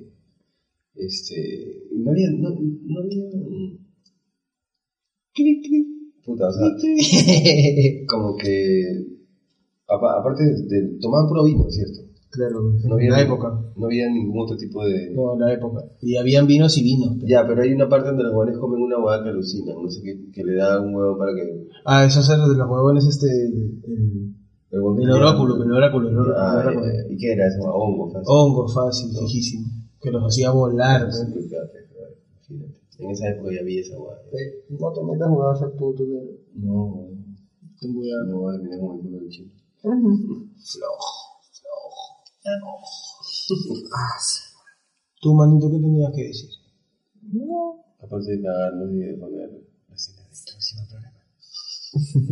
S2: Este. No había. No, no había. Cri, cri. Puta, o sea. Como que. apa- Aparte, de, de- tomaban puro vino, ¿cierto?
S3: claro,
S2: No
S3: en
S2: había
S3: la
S2: ni-
S3: época.
S2: No había ningún otro tipo de.
S3: No, la época. Y habían vinos y vinos. pero-
S2: Ya, pero hay una parte donde los guanes comen una hueá que alucina, no sé qué, que le da un huevo para que.
S3: Ah, esos eran de los huevones, este, el,
S2: El huevón que
S3: El
S2: tenía-
S3: oráculo, el oráculo, el oráculo. el
S2: Ah,
S3: oráculo.
S2: ya, ya. ¿Y qué era eso? Hongo, fácil.
S4: Oh.
S3: Hongo fácil, fijísimo. Que los hacía volar.
S2: Sí,
S3: ¿no?
S2: fíjate, claro, imagínate. En esa época ya vi esa guay.
S4: Eh, No te metas a jugar al puto, güey.
S2: No, güey.
S3: Ten cuidado.
S2: No voy a terminar con el culo del chino.
S3: Tú, manito, ¿qué tenías que decir?
S2: Aparte de cagarnos y de poner la cena del próximo programa.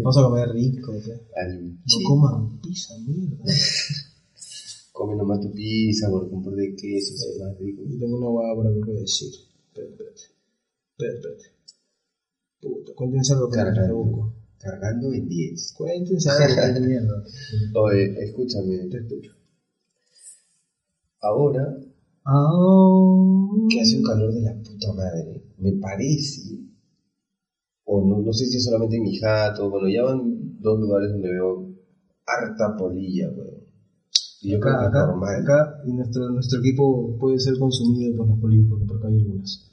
S3: Vamos a comer rico. ¿qué?
S2: Al
S3: No
S2: chino.
S3: coman pizza, mierda.
S2: Come nomás tu pizza, por comprar de queso, es más rico.
S3: Yo tengo una guada por acá que decir. Espera, espérate. Espera, espérate. Puta, cuéntense algo que me
S2: Cargando.
S3: busco.
S2: Cargando en 10.
S3: Cuéntense algo que mierda.
S2: Oye, escúchame. Te escucho. Ahora que hace un calor de la puta madre, me parece, o no, no sé si es solamente en mi jato, bueno, ya van dos lugares donde veo harta polilla, weón. Y yo creo
S3: Acá,
S2: que es
S3: acá,
S2: normal.
S3: acá, y nuestro, nuestro equipo puede ser consumido por los políticos, porque por acá hay algunas.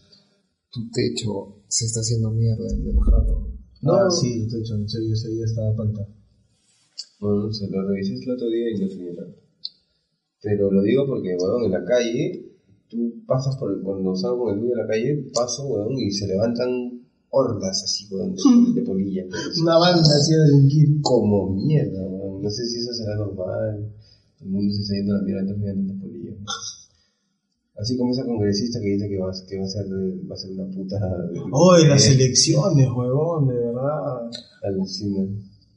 S4: Tu techo se está haciendo mierda el del jato.
S2: No.
S3: Ah, sí, de hecho, en serio, ese día estaba falta.
S2: Bueno, se lo revisé el otro día y no tenía nada. Pero lo digo porque, weón, en la calle, tú pasas por el, cuando salgo con el tuyo a la calle, paso, weón, y se levantan hordas así, weón, de, pol- de polilla. pues. weón.
S3: Una banda así a delinquir.
S2: como mierda, weón. No sé si eso será normal. El mundo se está yendo a la mierda, entonces me tanta polilla. weón. Así como esa congresista que dice que va, a- que va a ser, va a ser una puta.
S3: Hoy las
S2: eh,
S3: elecciones, huevón, de verdad.
S2: Alucina.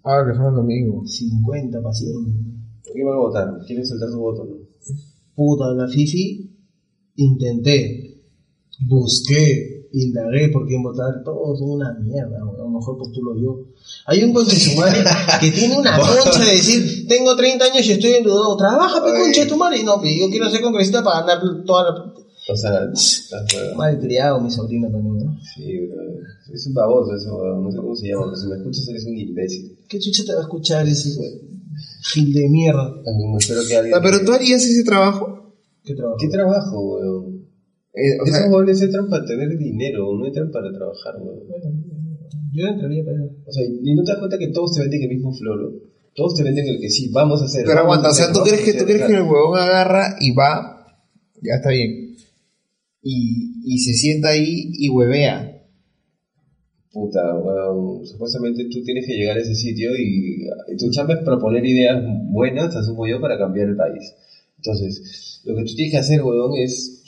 S4: Ah, que son el domingo.
S3: 50 pacientes.
S2: ¿Por qué van a votar? ¿Quieren soltar su voto? no?
S3: Puta, la Fifi, intenté, busqué, indagué por quién votar, todos son una mierda, weón, a lo mejor postulo yo. Hay un conchetumare que tiene una concha de decir, tengo 30 años y estoy endeudado, trabaja pe
S2: Ay.
S3: conchetumare, y no, pe, yo quiero ser congresista para ganar toda la...
S2: O sea, las weón.
S3: Mal criado, mi sobrino también, ¿no?
S2: Sí, bro. Es un baboso eso, weón. No sé cómo se llama, pero si me escuchas eres un imbécil.
S3: ¿Qué chucha te va a escuchar ese güey? Gil de mierda.
S2: Como espero que alguien.
S4: Ah, pero tú harías ese trabajo.
S3: ¿Qué trabajo?
S2: ¿Qué trabajo, weón?
S4: Eh, o sea,
S2: Esos weones entran para tener dinero, no entran para trabajar, weón.
S3: Yo entraría para allá.
S2: O sea, y no te das cuenta que todos te venden el mismo floro. Todos te venden el que sí, vamos a hacer.
S4: pero
S2: vamos
S4: aguanta,
S2: a
S4: o sea,
S2: hacer,
S4: ¿tú
S2: vamos
S4: crees
S2: a
S4: que, tú
S2: hacer,
S4: crees que el
S2: claro.
S4: huevón agarra y va, ya está bien, y, y se sienta ahí y huevea?
S2: Puta, weón, supuestamente tú tienes que llegar a ese sitio y, y tu chamba es proponer ideas buenas, asumo yo, para cambiar el país. Entonces, lo que tú tienes que hacer, weón, es,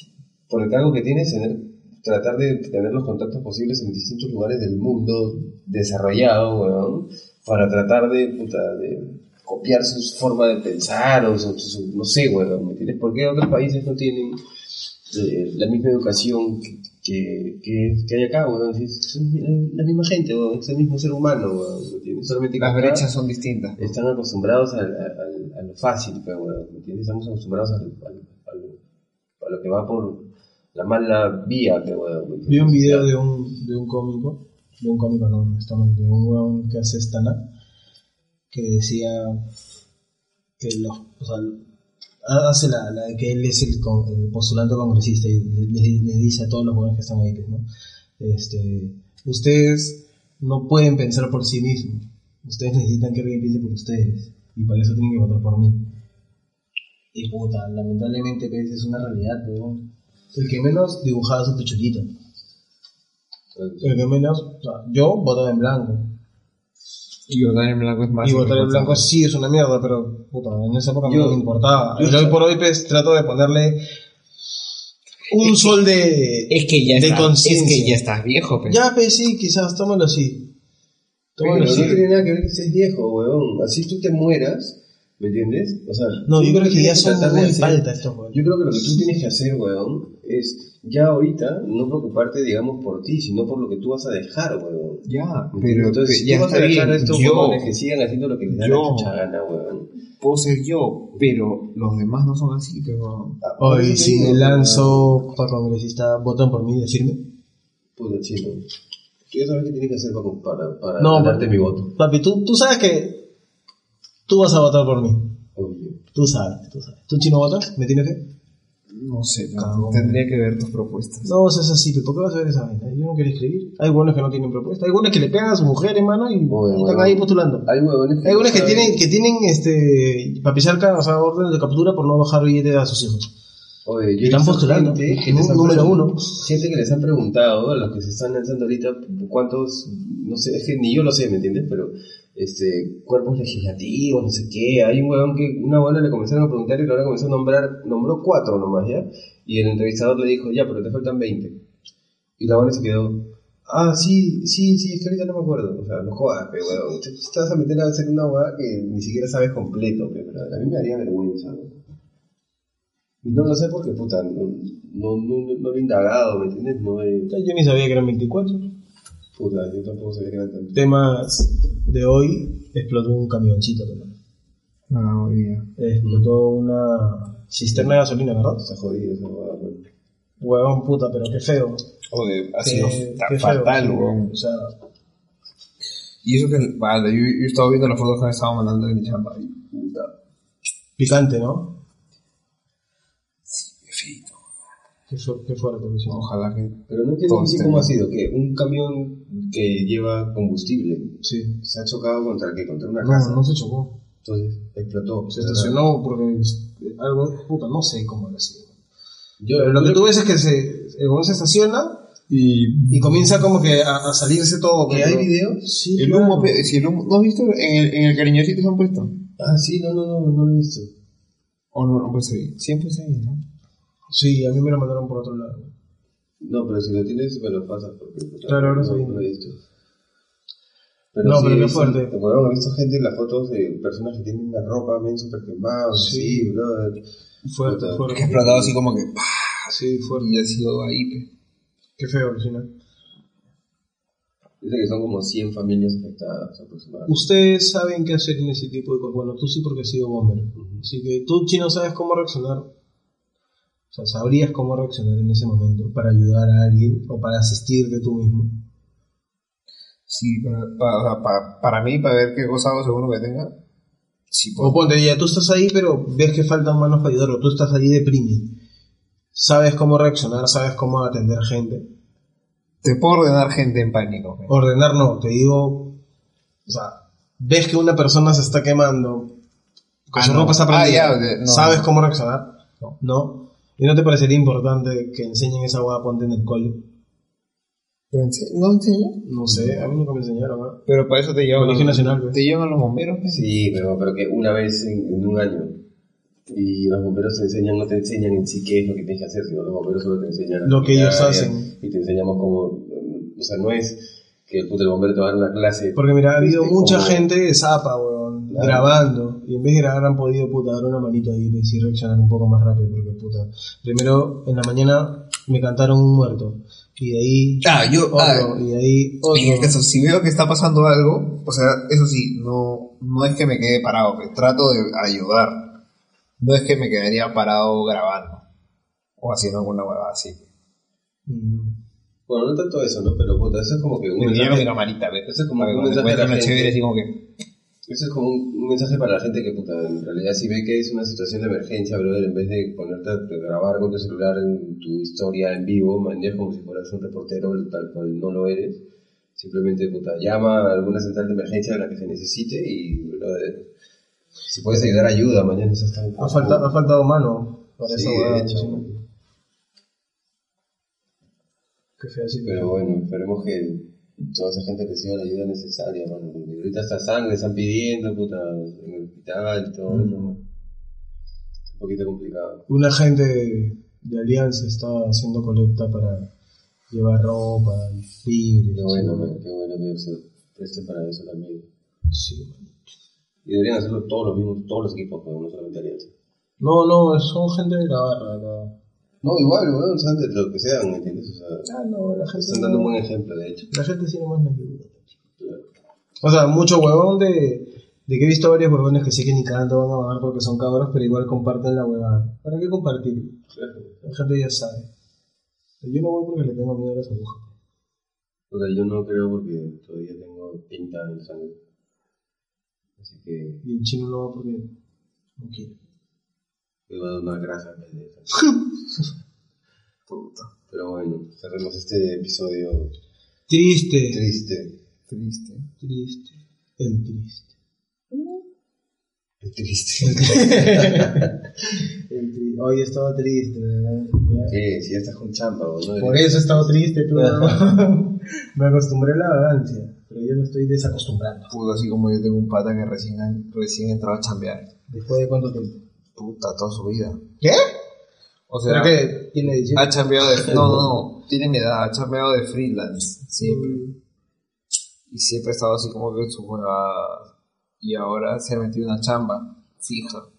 S2: por el cargo que tienes, tener- tratar de tener los contactos posibles en distintos lugares del mundo desarrollado, weón, para tratar de, puta, de copiar sus formas de pensar o su, su- no sé, weón, ¿me entiendes? ¿Por qué otros países no tienen eh, la misma educación que, que, que- que hay acá, weón? Si es- son la misma gente, weón, es el mismo ser humano, weón, ¿me entiendes? Solamente que
S4: Las
S2: acá-
S4: brechas son distintas.
S2: están acostumbrados al- al- al- a, lo fácil, pero bueno, ¿me entiendes? Estamos acostumbrados al- al- a, lo, a lo que va por la mala vía, pero bueno, ¿me entiendes?
S3: Vi un video de un, de un cómico, de un cómico no, no está mal, de un huevón que hace stand-up, que decía que los, o sea, ha- hace la, la de que él es el, con- el postulante congresista y le, le- le dice a todos los huevones que están ahí, pues, ¿no? Este, ustedes no pueden pensar por sí mismos, ustedes necesitan que alguien piense por ustedes, y para eso tienen que votar por mí. Y puta, lamentablemente pues, es una realidad, huevón. El que menos dibujaba su pichurita. El que menos, o sea, yo votaba en blanco.
S4: Y votar en blanco es
S2: Ah,
S4: más.
S3: y votar en blanco
S4: importante.
S3: sí es una mierda, pero puta, en esa época
S2: Yo-
S3: no me importaba.
S2: yo-
S3: Y hoy por hoy pues, trato de ponerle un
S2: Eh,
S3: sol de...
S4: Es que ya
S3: de
S4: está- es
S3: conciencia.
S4: que ya estás viejo, pe.
S3: Ya, pues sí, quizás, tómalo así.
S2: Pero
S3: Tómalo
S2: no
S3: así.
S2: tiene nada que ver que estés viejo, weón. Así tú te mueras, ¿me entiendes? O sea,
S3: No, yo creo que ya
S2: tienes
S3: son
S2: tratar de
S3: muy
S2: hacer-
S3: falta pues. estos huevos.
S2: Yo creo que lo que tú tienes que hacer, weón, es ya ahorita no preocuparte, digamos, por ti, sino por lo que tú vas a dejar, weón.
S4: Ya,
S2: ¿me entiendes?
S4: pero
S2: Entonces,
S4: pe-
S2: si
S4: ya
S2: tú vas
S4: está
S2: a dejar
S4: bien.
S2: a estos
S4: Yo
S2: huevones que sigan haciendo lo que les da
S4: yo-
S2: la chucha gana, weón.
S4: puedo ser yo, pero los demás no son así, pero.
S3: Hoy si me lanzo para congresista, votan por mí, decirme.
S2: Puta chino. Quiero saber qué tienes que hacer para, para, para
S3: No, pues,
S2: ganarte mi voto.
S3: Papi, tú, tú sabes que tú vas a votar por mí.
S2: Obvio.
S3: Tú sabes, tú sabes. ¿Tú chino votas? ¿Me tienes fe?
S4: No sé, pero
S3: Cagón.
S4: tendría que ver tus propuestas.
S3: No, eso es así, pero ¿por qué vas a ver esa vaina? Yo no quería escribir. Hay buenos que no tienen propuesta. Hay buenos que le pegan a su mujer, hermano, y
S2: Oye,
S3: están
S2: bueno.
S3: ahí postulando.
S2: Hay huevones
S3: Hay buenos que
S2: no
S3: tienen, que tienen, este, papisarca, o sea, órdenes de captura por no bajar billete a sus hijos.
S2: saben. Oye, yo he
S3: Están
S2: visto
S3: postulando.
S2: gente que les han
S3: Número
S2: preguntado-
S3: uno.
S2: Gente que les han preguntado, a los que se están lanzando ahorita, cuántos, no sé, es que ni yo lo sé, ¿me entiendes? Pero, este, cuerpos legislativos, no sé qué. Hay un huevón que una buena le comenzaron a preguntar y la hora comenzó a nombrar, nombró cuatro nomás, ¿ya? Y el entrevistador le dijo, ya, pero te faltan 20. Y la buena se quedó, ah, sí, sí, sí, es que ahorita no me acuerdo. O sea, no jodas, pero huevón, te te vas a meter a hacer una hueá que ni siquiera sabes completo, pe, pero a mí me daría vergüenza, ¿no? Y no lo sé porque, puta, no, no, no, no lo he indagado, ¿me entiendes? No he...
S3: Yo ni sabía que eran 24.
S2: Puta, yo tampoco sabía que era tanto.
S3: Temas de hoy, explotó un camioncito, hermano.
S4: No, día.
S3: Explotó una cisterna de gasolina, ¿verdad?
S2: Está jodido esa huevada, pues.
S3: Huevón puta, pero qué feo.
S4: Joder, ha
S3: Qué-
S4: sido
S3: qué
S4: fa-
S3: feo.
S4: fatal, weón.
S3: O sea,
S4: Y eso que, vale, yo, yo estaba viendo las fotos que me estaban mandando de mi chamba. Y, puta,
S3: picante, ¿no?
S4: qué feito.
S3: Qué, fu- qué fuerte. pues, sí.
S4: Ojalá que.
S2: Pero no entiendo
S4: Todos
S2: bien cómo ha
S4: tenían.
S2: sido, que un camión que lleva combustible
S3: Sí.
S2: se ha chocado contra qué, contra una casa.
S3: Ah, No, no se chocó.
S2: Entonces explotó.
S3: Se estacionó porque pues, algo, puta, no sé cómo lo sido.
S2: Yo,
S3: Pero lo que tú ves es que se, el huevón se estaciona
S4: Y.
S3: y comienza como que a, a salirse todo.
S2: ¿Que
S3: pero-
S2: hay videos?
S3: Sí,
S4: El
S3: claro.
S4: humo, pe- si el humo. ¿No has visto? En el, en el cariñosito se han puesto.
S2: Ah, sí, no, no, no, no lo he visto.
S4: O no, no pues ahí. Siempre es ahí, ¿no?
S3: Sí, a mí me lo mandaron por otro lado.
S2: No, pero si lo tienes, me lo pasas. Porque, puta,
S3: Claro, ahora
S2: no,
S3: sí.
S2: no lo he visto.
S3: No,
S2: sí he
S3: pero qué
S2: visto-
S3: fuerte.
S2: Bueno, he visto gente en las fotos de personas que tienen la ropa bien super quemada.
S3: Sí.
S2: Sí, brother.
S3: Fuerte,
S2: Puta,
S4: Que ha
S3: fuerte.
S4: explotado así como que. ¡pah!
S3: Sí, fuerte.
S4: Y ha sido ahí, pe.
S3: Qué feo, Lucina.
S2: Dice que son como 100 familias afectadas aproximadamente.
S3: Ustedes saben qué hacer en ese tipo de cosas. Bueno, tú sí porque has sido bomber. Así que tú, chino, sabes cómo reaccionar. O sea, sabrías cómo reaccionar en ese momento para ayudar a alguien o para asistirte tú mismo.
S4: Sí, para, para, para, para mí, para ver qué gozado seguro que tenga. Sí,
S3: O
S4: puedo.
S3: ponte, ya tú estás ahí, pero ves que faltan manos para ayudar, o tú estás ahí deprimido. Sabes cómo reaccionar, sabes cómo atender gente.
S4: Te puedo ordenar gente en pánico. pe.
S3: Ordenar no, te digo. O sea, ves que una persona se está quemando, con
S4: Ah,
S3: su
S4: no.
S3: ropa está
S4: Ah,
S3: prendida,
S4: ya, de- no,
S3: sabes
S4: no.
S3: cómo reaccionar,
S4: No.
S3: ¿no? ¿Y no te parecería importante que enseñen esa hueá ponte en el cole?
S4: Pero ense- ¿No enseña?
S3: No sé, a mí nunca me enseñaron, ¿ah?
S4: Pero para eso te llevan.
S3: Colegio Nacional, pe.
S4: Te llevan los bomberos. pe.
S2: Sí, pero, pero que una vez en, en un año. Y los bomberos te enseñan, no te enseñan en sí qué es lo que tienes que hacer, sino los bomberos solo te enseñan.
S3: Lo que
S2: la
S3: ellos
S2: área,
S3: hacen.
S2: Y te enseñamos cómo. mm, O sea, no es que el puto del bombero te va a dar una clase.
S3: Porque mira, ha habido
S2: Sí,
S3: mucha
S2: como-
S3: gente de zapa, weón,
S2: Claro.
S3: grabando. Y en vez de grabar han podido, puta, dar una manito ahí pues, y decir reaccionar un poco más rápido. Porque, puta, primero en la mañana me cantaron un muerto. Y de ahí
S4: Ah, yo.
S3: otro,
S4: ah,
S3: y de ahí otro.
S4: En el caso, si veo que está pasando algo, o sea, eso sí, no, no es que me quede parado, que trato de ayudar. No es que me quedaría parado grabando o haciendo alguna huevada así.
S3: Mm.
S2: Bueno, no tanto eso, ¿no? Pero puta, eso es como que un
S4: Me llevo mi
S2: mensaje.
S4: camarita, ¿ves?
S2: Eso es como un
S4: cuando
S2: mensaje a
S4: encuentro
S2: la
S4: una
S2: gente.
S4: chévere, así como que.
S2: Eso es como un, un mensaje para la gente que, puta, en realidad si ve que es una situación de emergencia, brother, en vez de ponerte a grabar con tu celular en tu historia en vivo, manejas como si fueras un reportero, tal cual no lo eres, simplemente, puta, llama a alguna central de emergencia a la que se necesite y, brother, si puedes ayudar, ayuda, mañana estás tan...
S3: Ha, falta, ha faltado mano para
S2: Sí,
S3: esa hueá,
S2: de hecho.
S3: chino. Qué feo decir.
S2: Pero bueno, esperemos que toda esa gente reciba la ayuda necesaria, mano, porque ahorita hasta sangre están pidiendo, puta, en el hospital y todo eso, ¿no? Es un poquito complicado.
S3: Una gente de Alianza está haciendo colecta para llevar ropa,
S2: Qué
S3: víveres.
S2: bueno, man, qué bueno que se presten para eso también.
S3: Sí, man.
S2: Y deberían hacerlo todos los mismos, todos los equipos, pero no solamente Alianza.
S3: No, no, son gente de la barra acá.
S2: No, igual, weón, sean de lo que sean, ¿me entiendes? O sea,
S3: Ah, no, la gente.
S2: están dando un buen ejemplo, de hecho.
S3: La gente sí nomás me ayuda. O sea, mucho huevón de. De que he visto varios huevones que sí que ni cagando van a bajar porque son cabros, pero igual comparten la huevada. ¿Para qué compartir? La gente ya sabe. Yo no voy porque le tengo miedo a las agujas.
S2: O sea, yo no creo porque todavía tengo pinta en el sangre. Así que,
S3: Y el chino no va porque no quiere.
S2: pero que va a donar grasa en vez de eso. Pero bueno, cerremos este episodio
S3: Triste.
S2: triste.
S4: Triste.
S3: Triste. El triste.
S2: Triste.
S3: El tri- Hoy he estado triste, ¿verdad? Ya.
S2: ¿Qué? Si ya estás con chamba, ¿o no?
S3: Por eso he estado triste, tú. Me acostumbré a la vagancia, pero yo me estoy desacostumbrando.
S4: Puta, así como yo tengo un pata que recién, han- recién entraba a chambear.
S3: ¿Después de cuánto tiempo?
S4: Puta, toda su vida.
S3: ¿Qué?
S4: O sea,
S3: ¿Pero qué? Tiene 18.
S4: ha chambeado de... No, no, no. Tiene mi edad. Ha chambeado de freelance. Siempre. Y siempre ha estado así como que en su juega. Y ahora se ha metido una chamba fija.
S3: Ah.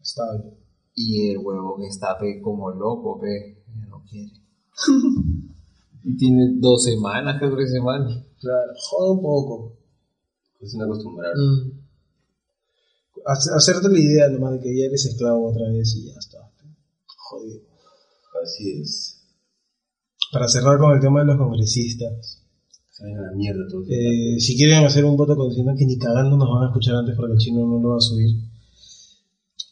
S3: Estable.
S4: Y el huevo que está pe, como loco, pe, ya no quiere. y tiene dos semanas, que tres semanas.
S3: Claro, joda un poco. Mm.
S2: Es un acostumbrar.
S3: Hace- Hacerte la idea nomás de que ya eres esclavo otra vez y ya está. Jodido.
S2: Así es.
S3: Para cerrar con el tema de los congresistas.
S2: Saben a la mierda todo.
S3: Eh, si quieren hacer un voto consciente que ni cagando nos van a escuchar antes porque el chino no lo va a subir.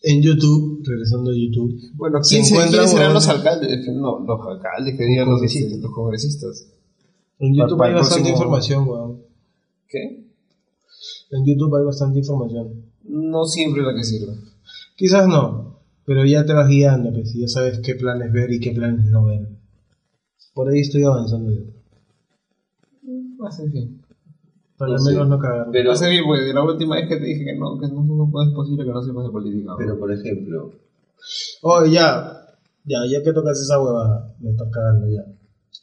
S3: En YouTube, regresando a YouTube,
S4: Bueno,
S3: Se
S4: ¿quién, se-
S3: encuentra
S4: quiénes serán
S3: huevón.
S4: los alcaldes? No, los alcaldes, que digan los,
S3: Congresistas.
S4: este, los congresistas.
S3: en
S4: Para-
S3: YouTube
S4: para
S3: hay
S4: el
S3: bastante
S4: próximo-
S3: información, weón.
S4: ¿Qué?
S3: En YouTube hay bastante información.
S4: No siempre la que sirve.
S3: Quizás no, pero ya te vas guiando, pues, y ya sabes qué planes ver y qué planes no ver. Por ahí estoy avanzando yo.
S4: Hace bien.
S3: Para al
S2: Sí.
S3: menos no cagar.
S2: Pero,
S4: Hace bien, porque la última vez que te dije que no, que no, no, no es posible que no sepas de política.
S2: pero, por ejemplo,
S3: Oh, ya, ya, ya que tocas esa huevada, me estás cagando ya.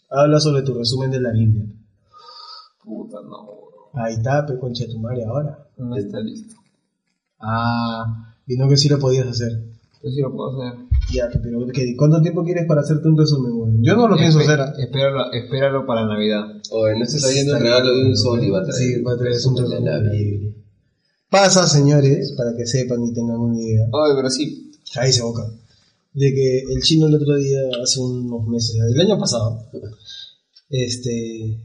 S3: Habla sobre tu resumen de la Biblia.
S4: Puta, no, huevón.
S3: Ahí está, pe concha de tu madre ahora.
S4: no está listo. Ah,
S3: Y no que sí lo podías hacer.
S4: yo sí lo puedo hacer.
S3: Ya, pero ¿qué- ¿cuánto tiempo quieres para hacerte un resumen, weón? Yo no lo pienso
S4: Espe-
S3: hacer. ¿ah?
S4: Espéralo, espéralo para Navidad.
S2: o no se está yendo el regalo de un sol y va a traer.
S3: Sí, va a traer un resumen
S2: de la Biblia.
S3: Pasa, señores, para que sepan y tengan una idea.
S4: Ay, pero sí.
S3: Ahí se boca. De que el chino el otro día, hace unos meses, del año pasado, este.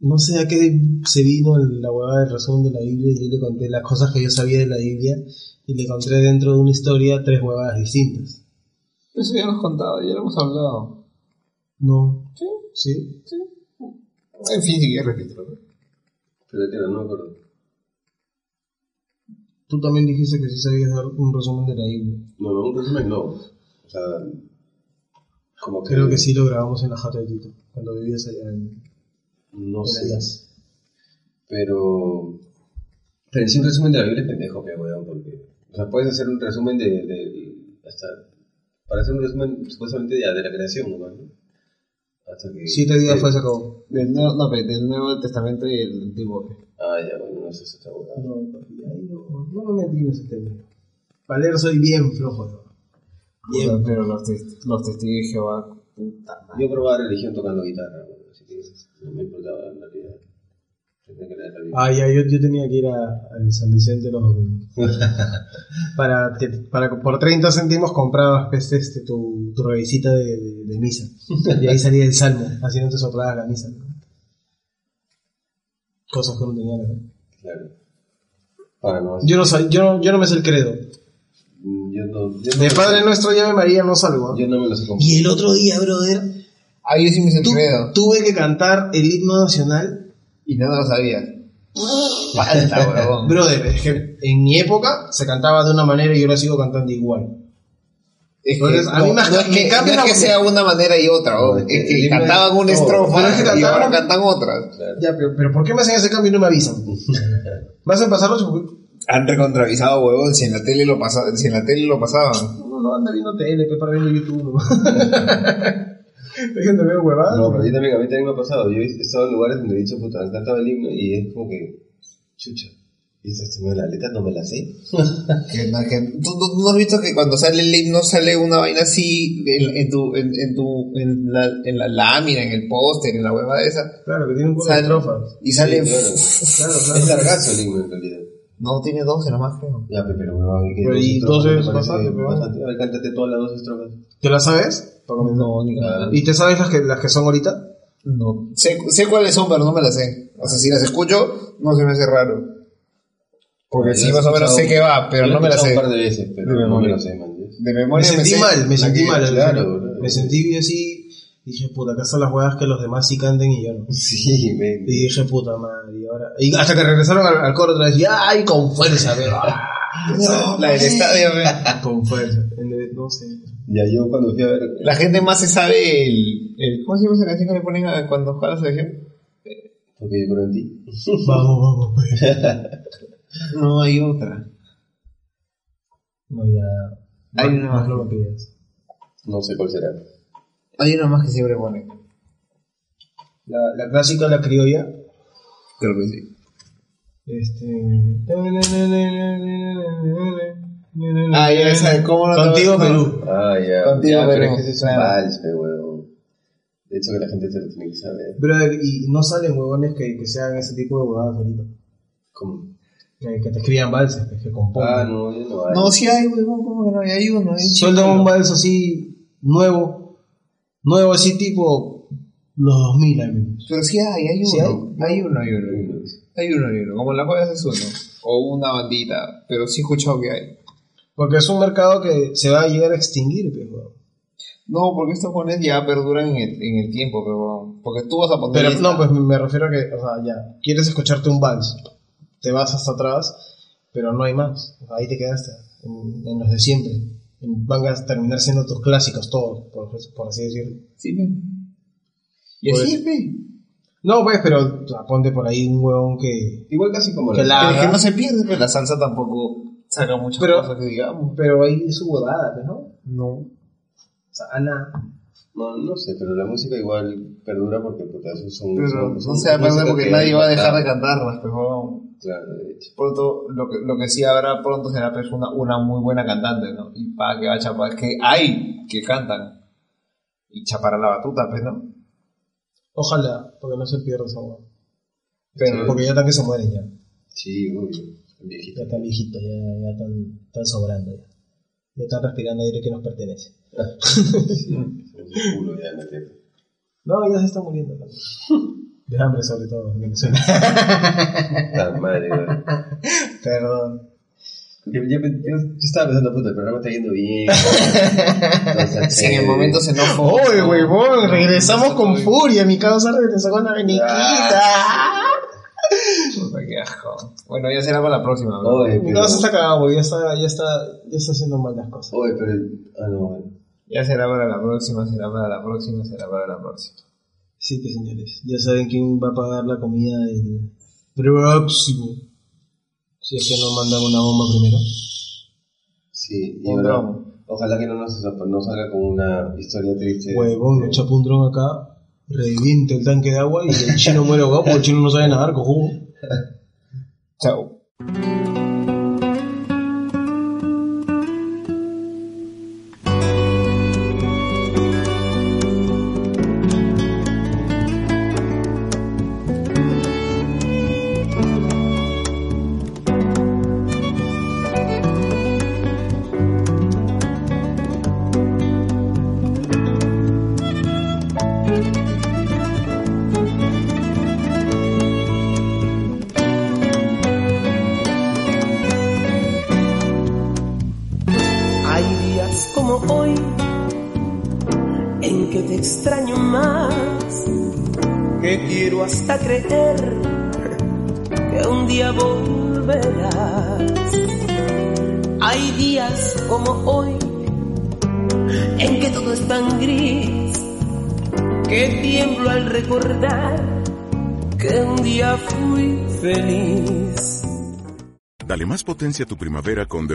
S3: No sé a qué se vino la huevada del resumen de la Biblia y yo le conté las cosas que yo sabía de la Biblia y le conté dentro de una historia tres huevadas distintas.
S4: Eso ya lo has contado, ya lo hemos hablado.
S3: No,
S4: Sí,
S3: sí.
S4: sí. En fin, si quieres repítelo.
S2: Pero claro, no me acuerdo.
S3: Tú también dijiste que sí sabías dar un resumen de la Biblia.
S2: No, no, un resumen no. O sea, como que.
S3: Creo que sí lo grabamos en la jata de Tito, cuando vivías allá en,
S2: No
S3: en
S2: sé.
S3: Alianza.
S2: Pero. Pero si un resumen de la Biblia es pendejo, pe, weón, porque. O sea, puedes hacer un resumen de. de- hasta. Para hacer un resumen supuestamente de, de la creación, nomás, ¿no? Hasta que.
S3: Siete días
S2: que-
S3: fue, se acabó.
S4: Del nuevo, no, pe, del Nuevo Testamento y el Antiguo. pe.
S2: Ah, ya, bueno, no sé si está bueno.
S3: No, papi, ahí no, no me metí en ese tema. Valer soy bien flojo, yo.
S4: Puta,
S3: Bien.
S4: Pero los, tes- los testigos de Jehová, puta madre.
S2: Yo probaba religión tocando guitarra, weón, así que no me importaba en realidad. Tenía que leer la Biblia.
S3: Ah, ya, yo, yo tenía que ir a- al San Vicente los domingos. para que, para, que por 30 céntimos comprabas pues, este, tu, tu revisita de, de- de misa. Y ahí salía el salmo, así no te soplabas la misa. ¿no? Cosas que no tenía que ver.
S2: Claro. Para no.
S3: Yo no, sal- yo, no, yo no me sé el credo.
S2: Yo no. Yo no
S3: De Padre Nuestro, llave María, no salgo. ¿ah?
S2: Yo no me los compro.
S3: Y el otro día, brother,
S4: Ah, yo sí me hice el
S3: tu-
S4: credo.
S3: tuve que cantar el himno nacional.
S4: Y no lo sabía. Falta, huevón.
S3: Brother, es que en mi época se cantaba de una manera y yo la sigo cantando igual.
S4: Es
S3: Entonces, a mí me-
S4: es
S3: me
S4: que,
S3: cambia la
S4: no es que
S3: voz.
S4: sea una manera y otra, huevón.
S2: No, es
S4: Es
S2: que
S4: que
S2: dime
S4: cantaban
S3: todo.
S4: una
S3: Pero es que
S4: estrofa y
S3: cantaban-
S4: ahora cantan otra.
S2: Claro.
S3: Ya, pero, pero ¿por qué me hacen ese cambio y no me avisan? ¿Me hacen pasarlo? No,
S4: Han recontravisado, huevón, si en la tele lo, pasa- si en la tele lo pasaban.
S3: no, no, anda viendo tele, pe, para viendo YouTube. ¿no? Déjenme ver huevadas.
S2: No, pero yo también, a mí también me ha pasado. Yo he estado en lugares donde he dicho, puta, me encantaba el himno y es como que, chucha. Y esta se me la letra, no me la sé.
S4: Que, no- que- ¿tú, tú- tú no has visto que cuando sale el himno sale una vaina así en, en tu, en, en tu, en la, en la lámina, en el póster, en la hueva esa?
S3: Claro, que tiene un huevo de
S4: Sale,
S3: estrofas.
S4: y sale.
S2: Sí, claro.
S3: Claro, claro.
S2: Es largazo el himno en realidad.
S4: No, tiene 12 nomás, creo.
S2: Ya, pe, pero weón, que
S3: Pero
S2: dos
S3: y
S2: estrofas
S3: dos
S2: me
S3: es
S2: parece
S3: bastante, pero
S2: bastante. A ver, cántate todas las dos estrofas.
S3: ¿Te la sabes?
S4: No, ni nada.
S3: ¿Y te sabes las que, las que son ahorita?
S4: No. Sé, sé cuáles son, pero no me las sé. O sea, si las escucho, no se me hace raro. Porque
S2: Yo
S4: sí,
S2: las
S4: más
S2: he
S4: o menos sé
S2: escuchado-
S4: que va, pero
S2: yo
S4: no me
S2: las
S4: las
S2: he escuchado
S4: sé.
S2: un par de veces, pero
S4: No me
S2: no me
S4: mola.
S2: lo sé, man.
S4: de
S3: Me
S4: memoria
S3: sentí
S4: sé-
S3: mal, me
S4: la
S3: sentí
S4: que-
S3: mal.
S4: claro,
S3: alucino.
S4: bro.
S3: Me sentí así. Dije, puta, acá son las huevas que los demás sí canten y yo no.
S2: Sí, men.
S3: Y dije, puta madre, y ahora. Y hasta que regresaron al, al coro otra vez, y ¡ay, con fuerza! pero, ah,
S4: La del estadio, bro.
S3: con fuerza. En el- No sé.
S2: Ya yo cuando fui a ver.
S4: La gente más se sabe el, el- ¿Cómo se llama esa canción que le ponen a- cuando juega la selección?
S2: Porque yo creo en ti.
S3: Vamos, vamos, pues.
S4: No hay otra.
S3: No, ya.
S4: Hay una
S3: más
S4: más.
S3: lo pidas.
S2: No sé cuál será.
S4: Hay una más que siempre ponen.
S3: La, la clásica, la criolla.
S4: Creo que sí.
S3: Este.
S4: Ah, ya esa de cómo no te
S3: Contigo,
S4: vas-
S3: Perú.
S2: Ah, ya.
S4: Contigo,
S2: ya, pero
S4: pero-
S2: es que eso es
S4: claro.
S2: vals, pe, weón. De hecho, que la gente se lo tiene que saber.
S3: Brother, y no salen huevones que, que se hagan ese tipo de huevadas ahorita.
S2: ¿Cómo?
S3: Que, que te escriban valses, que, que compongan.
S2: Ah, no, ya no hay.
S4: No, sí hay, huevón, ¿cómo que no? hay? Hay uno, hay un
S3: Suelta
S4: chico.
S3: un vals así, nuevo. Nuevo, así tipo. Los 2000 al menos.
S4: Pero sí hay, hay uno.
S3: Sí
S4: hay. uno, hay uno. Hay uno, hay uno. Como la juegas es uno. O una bandita. Pero sí he escuchado que hay.
S3: Porque es un mercado que se va a llegar a extinguir, pues, huevón.
S4: No, porque estos pones ya perduran en el, en el tiempo, pero porque tú vas a poner.
S3: Pero
S4: esta.
S3: no, pues me refiero a que, o sea, ya, quieres escucharte un vals, te vas hasta atrás, pero no hay más. O sea, ahí te quedaste, en, en los de siempre. En- Van a terminar siendo tus clásicos todos, por, por así decirlo.
S4: Sí, pe. Y
S3: Pues-
S4: así, pe.
S3: No, pues, pero o sea, ponte por ahí un huevón que...
S2: Igual casi como
S3: Que
S4: Pero
S3: la-
S4: es que no se pierde, pero la salsa tampoco saca muchas
S3: Pero-
S4: cosas que digamos.
S3: Pero ahí es su huevada, pues, ¿no? O
S4: No.
S3: sea, Ana...
S2: No, no sé, pero la música igual perdura porque pues, puta, eso son.
S4: Pero
S2: son-
S4: no
S2: son
S4: se va a perder
S2: música
S4: porque
S2: que
S4: nadie va a dejar de
S2: impacta.
S4: cantarlas, pues, pero vamos.
S2: Claro, de hecho.
S4: Pronto, lo que, lo que sí habrá pronto será pues una, una muy buena cantante, ¿no? Y pa que va a chapar, que hay que cantan. Y chapará la batuta, pues, ¿no?
S3: Ojalá, porque no se pierda esa huevada.
S4: Pero,
S3: Porque ya están que se mueren ya.
S2: Sí, obvio. Viejita.
S3: Ya están viejitos, ya, ya están, están sobrando ya. Ya están respirando aire que nos pertenece.
S2: Es un culo ya en la tierra.
S3: No, ya se está muriendo. ¿no? De hambre sobre todo. en Venezuela.
S2: Puta madre, weón.
S3: Perdón.
S2: Yo, yo, yo- yo estaba pensando, puta, el programa está yendo bien. eh,
S4: si en el momento se enojó.
S3: ¡Oye,
S4: no,
S3: huevón!
S4: no,
S3: Regresamos
S4: no,
S3: con
S4: no,
S3: furia. Mi causa regresó con la veniquita.
S4: Puta, qué asco. Bueno, ya será para la próxima, bro.
S2: Oye,
S3: Mi
S2: pero.
S3: causa está cagada, porque ya está, ya está, ya está haciendo mal las cosas.
S2: Oye, pero. Ah, no, bueno.
S4: Ya será para la próxima, será para la próxima, será para la próxima.
S3: Sí, pues señores. Ya saben quién va a pagar la comida del próximo. Si es que nos mandan una bomba primero.
S2: Sí, y
S4: Un
S2: ahora-
S4: drama.
S2: Ojalá que no nos no salga con una historia triste.
S3: Huevón, nos chapa un dron acá. Revienta el tanque de agua y el chino muere ahogado porque el chino no sabe nadar, cojudo.
S4: Chao.
S5: Hay días como hoy en que te extraño más, que quiero hasta creer que un día volverás. Hay días como hoy en que todo es tan gris, que tiemblo al recordar que un día fui feliz.
S6: Dale más potencia a tu primavera con The